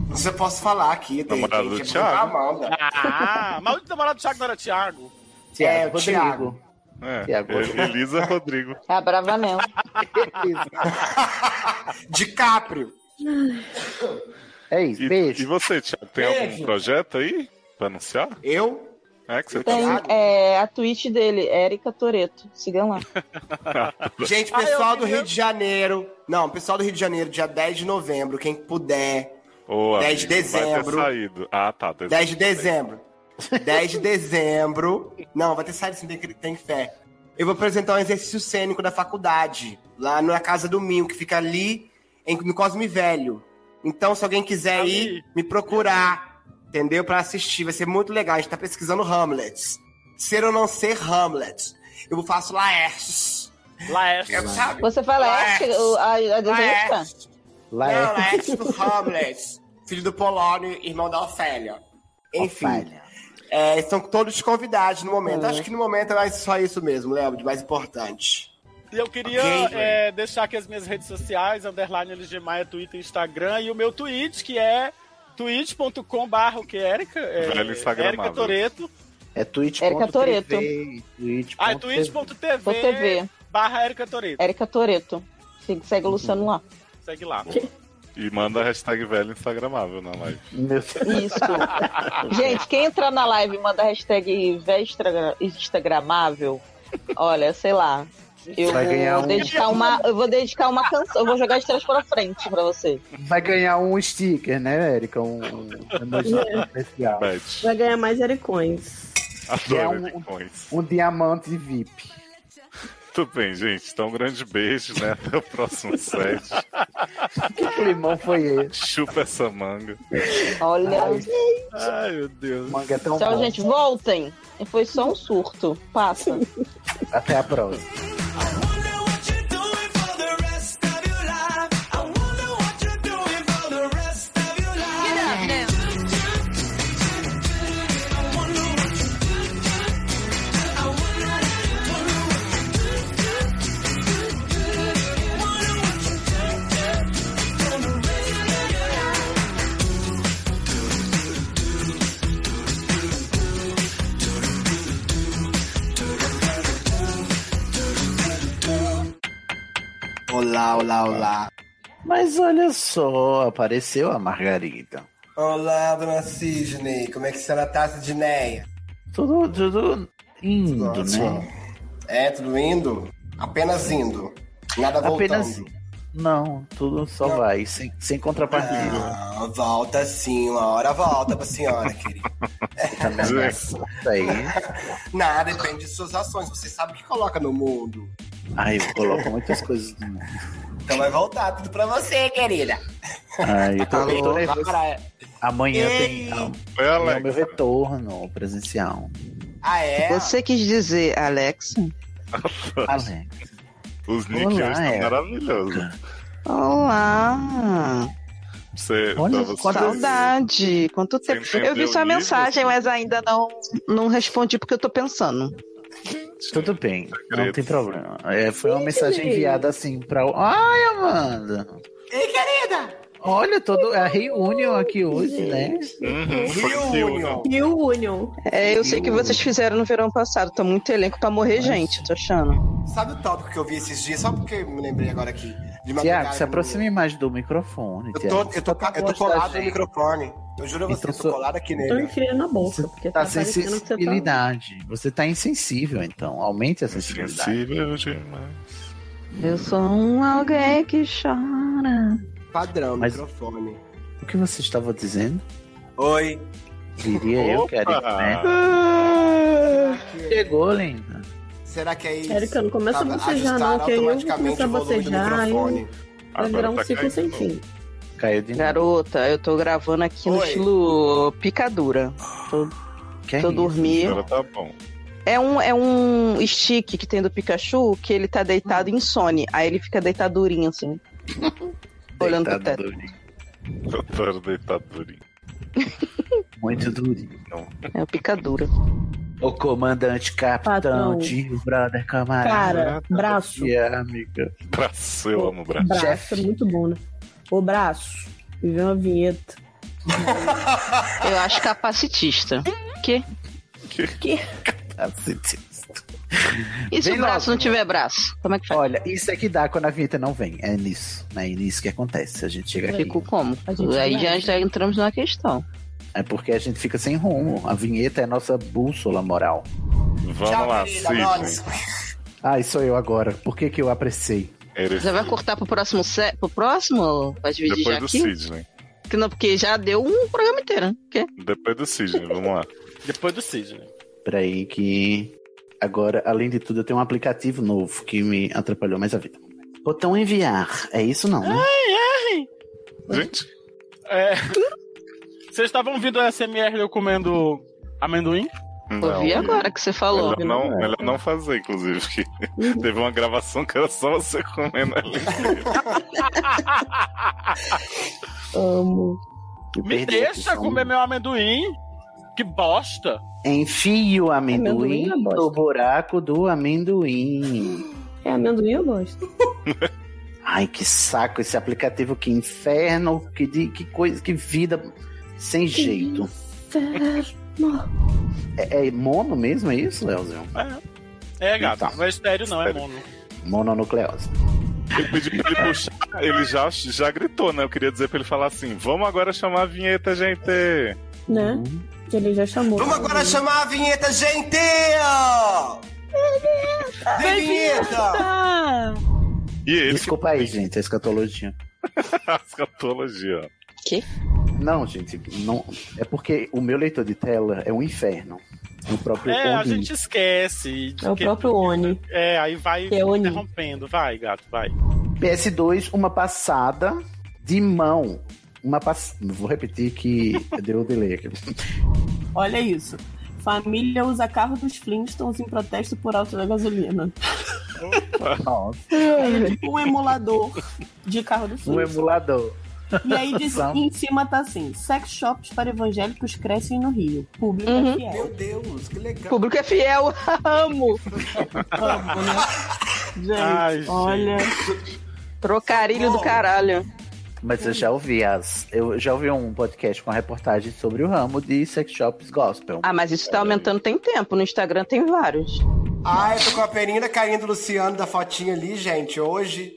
você posso falar aqui. Tem, é
Namorado
tem
do
que
Thiago?
apontar a Amanda.
Ah, maldito namorado do Thiago não era Thiago.
É, o
Rodrigo.
Thiago.
É,
Thiago.
Elisa Rodrigo.
É a brava mesmo.
DiCaprio.
É isso,
e,
beijo.
E você, Thiago, tem algum
Beijo.
projeto aí pra anunciar?
Eu?
É que você tá.
Tem é, a Twitch dele, Érica Toreto. Sigam lá.
Gente, pessoal do Rio de Janeiro. Não, pessoal do Rio de Janeiro, dia 10 de novembro, quem puder.
Ô,
10 de
amigo, vai ter
dezembro.
saído. Ah, tá.
10 de dezembro. 10 de dezembro. Não, vai ter saído sim, assim, tem, tem fé. Eu vou apresentar um exercício cênico da faculdade, lá na Casa do Minho, que fica ali em- no Cosme Velho. Então, se alguém quiser ir, me procurar, entendeu? Pra assistir, vai ser muito legal. A gente tá pesquisando Hamlets. Ser ou não ser Hamlet. Eu faço Laércio. É.
Laércio.
Você fala Érica, o- a, a desenhista?
Lá é. Não, Laércio do Hamlet, filho do Polônio, irmão da Ofélia. Enfim. É, estão todos convidados no momento.
É.
Acho que no momento é mais- só isso mesmo, Léo, de mais importante.
E eu queria
Ok.
é, deixar aqui as minhas redes sociais, underline LG Maia, Twitter, Instagram, e o meu tweet, que é twitch.com barra o que, Érica? É,
Velho instagramável.
Érica Toreto.
É
Érica Toretto.
twitch.tv. Twitch.
Ah, é twitch.tv
TV.
barra Érica Toreto.
Érica Toreto. Segue o Luciano lá.
Segue lá.
E manda a hashtag velho instagramável na live.
Isso. Gente, quem entrar na live e manda a hashtag velho instagramável, olha, sei lá. Eu
Vai ganhar
vou,
um.
dedicar uma, eu vou dedicar uma canção, eu vou jogar de trás pra frente pra você.
Vai ganhar um sticker, né, Erika? Um um emoji
É.
especial.
Vai ganhar mais ericões.
Adoro
É um-
bitcoins.
Um diamante VIP.
Tudo bem, gente. Então, um grande beijo, né? Até o próximo set.
Que climão foi esse?
Chupa essa manga.
Olha.
Ai, meu Deus.
Manga é tão
Tchau,
bom.
gente. Voltem. Foi só um surto. Passa.
Até a próxima.
Olá, olá, olá.
Mas olha só, apareceu a Margarida.
Olá, dona Sidney. Como é que a senhora tá, Sidneia?
Tudo, tudo indo, né?
É, tudo indo? Apenas indo. Nada
Tá
voltando.
Apenas. Não, tudo só vai, sem, sem contrapartida.
Ah, volta sim, uma hora volta pra senhora, querida.
Isso aí.
Nada, depende de suas ações. Você sabe o que coloca no mundo.
Ai, eu coloco muitas coisas. no-
Então vai voltar tudo pra você, querida.
Ai, eu tô, eu tô
Alô,
nervoso.
Bárbara.
é-
Amanhã
Ei.
tem ah, é o meu retorno presencial.
Ah,
Tipo
é?
assim.
Você quis dizer, Alex?
Alex.
Os nick
Olá,
hoje tá estão
é.
maravilhosos.
Olá.
Você, pra
Olha,
vocês-
saudade. Quanto
Você
tempo. Eu vi
entendeu
sua
isso?
mensagem, mas ainda não, não respondi porque eu tô pensando.
Tudo bem, não tem problema. É, foi uma mensagem enviada assim pra. o- Ai, Amanda!
Ei, querida!
Tipo Olha, todo... é a reunião aqui hoje, né?
Uhum,
Reunion.
Reunion.
É, eu sei que vocês fizeram no verão passado. Tá muito elenco pra morrer, gente, tô achando.
Sabe o tópico que eu vi esses dias? Só porque me lembrei agora aqui. De madrugada
Tiago, se
no-
aproxime mais do microfone.
né? Eu
Tiago.
tô, eu tô, ca- eu tô colado no microfone. Eu juro a você,
assim. Então
eu tô
sou-
colado aqui
Então
nele.
Enfia na boca, porque tá,
Tá sem
parecendo que você tá...
sensibilidade. Você tá insensível, então. Aumente a sensibilidade.
Insensível demais.
Eu sou um alguém que chora.
Padrão,
Mas-
microfone.
O que você estava dizendo?
Oi.
Diria eu,
Opa!
que né? Ah, Chegou, linda.
é- Será que é isso?
Erika, não
Tá,
começa a
Sabe,
bocejar
ajustar
não, que aí eu vou
automaticamente
começar a
o volume do
bocejar,
microfone.
aí Vai virar
tá
um ciclo sem fim.
Caiu de novo.
Garota, eu tô gravando aqui no
Oi.
estilo picadura. Tô,
Que é
tô
isso?
dormindo.
Agora tá bom.
É um, é um stick que tem do Pikachu que ele tá deitado insone. Aí ele fica deitadurinho assim. Olhando pro teto.
Doutor deitadurinho.
Muito durinho.
É o picadura.
O comandante, capitão,
Patrão.
tio, brother, camarada.
Cara,
Tá
braço.
Tia, amiga.
Braço, eu amo braço.
Braço, é muito bom, né? O braço. Viver uma vinheta.
Eu acho capacitista. Que?
Que?
E se
Vem
o braço
logo.
não tiver braço? Como é que faz?
Olha, isso é que dá quando a vinheta não vem. É nisso. né? É nisso que acontece. A gente chega aqui.
Ficou como?
A gente
Aí
vai.
já, já entramos na questão.
É porque a gente fica sem rumo. A vinheta é a nossa bússola moral.
Vamos
Tchau,
lá,
querida,
Sidney.
nós.
Ai, sou eu agora. Por que, que eu apressei?
Você vai cortar pro próximo set? Pro próximo? Vai dividir
Depois
já
do
aqui?
Sidney.
Que não, porque já deu um programa inteiro, né? Que?
Depois do Sidney, vamos lá.
Depois do né? Sidney.
Peraí, que. Agora, além de tudo, eu tenho um aplicativo novo que me atrapalhou mais a vida. Botão enviar. É isso não, né?
Ah, Ai, ai.
Gente.
É. Vocês estavam ouvindo o SMR eu comendo amendoim?
Ouvi agora que você falou. Uhum.
Melhor não, melhor não fazer, inclusive. Que teve uma gravação que era só você comendo ali.
Amo.
Me
perdi aqui,
deixa
só um
comer meu amendoim. Que bosta.
Enfia o
Amendoim
amendoim
é bosta.
no buraco do amendoim.
É amendoim eu gosto.
Ai, que saco esse aplicativo, que inferno, que, de, que coisa, que vida sem jeito. É, é mono mesmo, é isso, Leozinho?
É, é gato. Não é estéreo, não, é mono.
Mononucleose.
Eu pedi pra ele puxar, ele já, já gritou, né? Eu queria dizer pra ele falar assim: vamos agora chamar a vinheta, gente.
Né?
Uhum.
Ele já chamou. É
Vamos agora
Ele-
chamar a vinheta, gente! Vem, vinheta!
E ele
Desculpa aí, gente, a escatologia.
Escatologia.
Que?
Não, gente, não. É porque o meu leitor de tela é um inferno. O próprio
É, a
Oni.
gente esquece. de
É o próprio
Oni. É, aí vai
Que é Oni.
interrompendo. Vai, gato, vai.
PS2, uma passada de mão. Uma pass... Vou repetir que deu delay aqui.
Olha isso. Família usa carro dos Flintstones em protesto por alta da gasolina.
Nossa.
É tipo um emulador de carro dos
Um
Flintstones.
emulador. um
E aí diz-
São-
em cima tá assim: sex shops para evangélicos crescem no Rio. Público
Uhum.
é fiel.
Meu
Deus, que legal.
Público é fiel, amo.
Amo, né? Gente,
Ai, gente.
olha.
Trocarilho do caralho.
Mas eu já ouvi as. Eu já ouvi um podcast com a reportagem sobre o ramo de sex shops gospel.
Ah, mas isso tá aumentando tem tempo. No Instagram tem vários.
Ah, eu tô com a perinha da carinha do Luciano da fotinha ali, gente, hoje.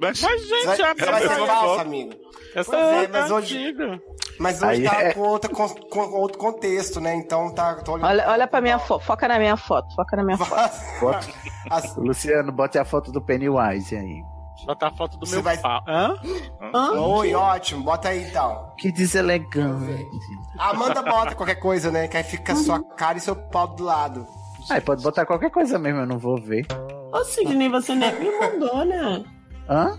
Mas, gente,
vai,
é a
vai ser
mesma
falsa,
foto.
amigo.
Essa
Pois é,
foto
mas
é
hoje,
antiga.
mas hoje
Aí
tá
é-
com, outra, con- com outro contexto, né? Então tá. Tô olhando
Olha, olha pra minha foto. Foca na minha foto. Foca na minha foto.
Bota- Luciano, bote a foto do Pennywise aí.
Botar tá a foto do
Você
meu
vai-
pau. Hã?
Ah,
Hã? Oi, ótimo, bota aí então.
Que deselegante.
Amanda bota qualquer coisa, né? Que aí fica sua cara e seu pau do lado.
Aí pode botar qualquer coisa mesmo, eu não vou ver.
Ô, Sidney, você nem me mandou, né?
Hã?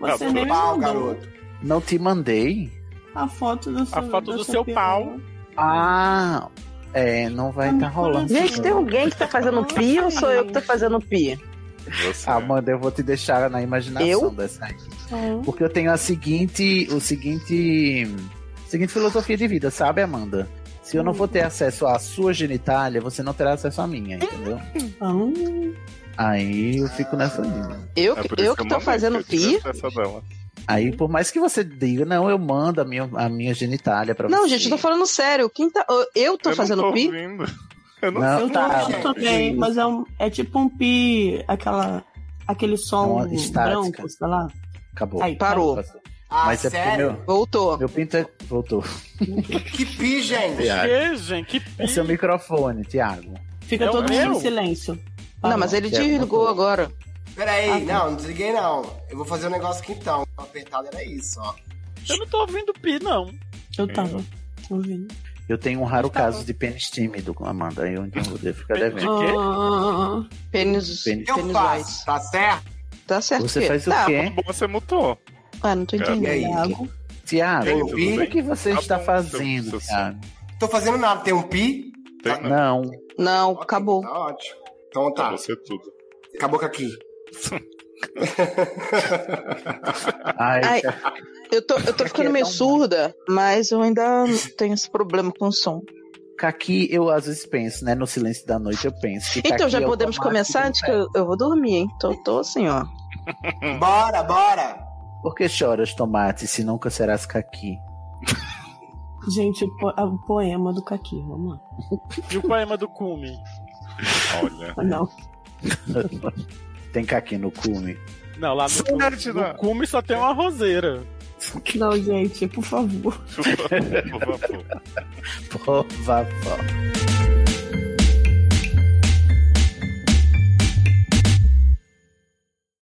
Você
Ah,
nem me
pau,
mandou
garoto. Não te mandei?
a foto do seu
A foto
da
do
sua
seu
piroca.
pau.
Ah, é, não vai tá rolando.
Gente, tem alguém que tá fazendo pia ou sou eu que tô fazendo pia?
Ah, Amanda, eu vou te deixar na imaginação
Eu?
dessa aí. Porque eu tenho a seguinte, o seguinte, seguinte filosofia de vida, sabe, Amanda? Se eu não vou ter acesso à sua genitália, você não terá acesso à minha, entendeu?
Ah,
Aí eu fico nessa linha.
Eu,
É por
que
isso
eu
que eu
que
né?
tô
mandei,
fazendo
que eu tive
pi.
Aí, por mais que você diga, não, eu mando a minha, a minha genitália pra
Não,
você.
gente, eu tô falando sério. Quem tá- eu- Eu tô fazendo pi?
Eu
não Não,
Eu
sei.
tô
tá,
ouvindo
gente.
também, mas é, um- é tipo um pi, aquela, aquele som
Uma estática.
branco, sei lá.
Acabou.
Aí, parou.
Ah,
Mas é porque
sério?
meu...
Voltou.
Meu pinto é... Voltou.
Que pi, gente.
Que,
gente? Que pi?
É seu microfone, Thiago.
Fica
É o
todo mundo
meu?
em silêncio.
Não, mas ele
Quero,
desligou agora.
É.
Peraí,
Ah,
não, não desliguei não. Eu vou fazer um negócio aqui então. O apertado era isso, ó.
Eu não tô ouvindo pi, não.
Eu tava ouvindo.
Eu tenho um raro caso de pênis tímido, Amanda. Eu então vou ter que ficar devendo.
quê? Pênis.
Pênis-
Eu
pênis
faço.
dois.
Tá certo?
Tá certo.
Você
quê?
faz o
Tá.
quê?
Você mutou.
Ah, não tô
Cara,
entendendo.
e aí?
Thiago.
Tiago,
Tem pi?
o que você está fazendo, Tiago?
Tô fazendo nada, tem um pi?
Não.
Não, acabou.
Tá ótimo. Então tá.
Você tudo.
Acabou com aqui.
Ai,
Ai, eu tô, eu tô ficando meio surda, mas eu ainda tenho esse problema com o som.
Caqui, eu às vezes penso, né? No silêncio da noite eu penso. que
Então
caqui
já
é o
podemos
tomate
começar
do
antes que
inferno.
eu, eu vou dormir, hein? Tô, tô assim, ó.
Bora, bora!
Por que choras, tomate, se nunca serás caqui?
Gente, o, po- a- o poema do Caqui, vamos lá.
E o poema do Cume?
Olha.
Não.
Tem caqui no cume.
Não, lá no, Cume- no Cume só tem uma roseira.
Não, gente, por favor.
Por favor.
Por favor.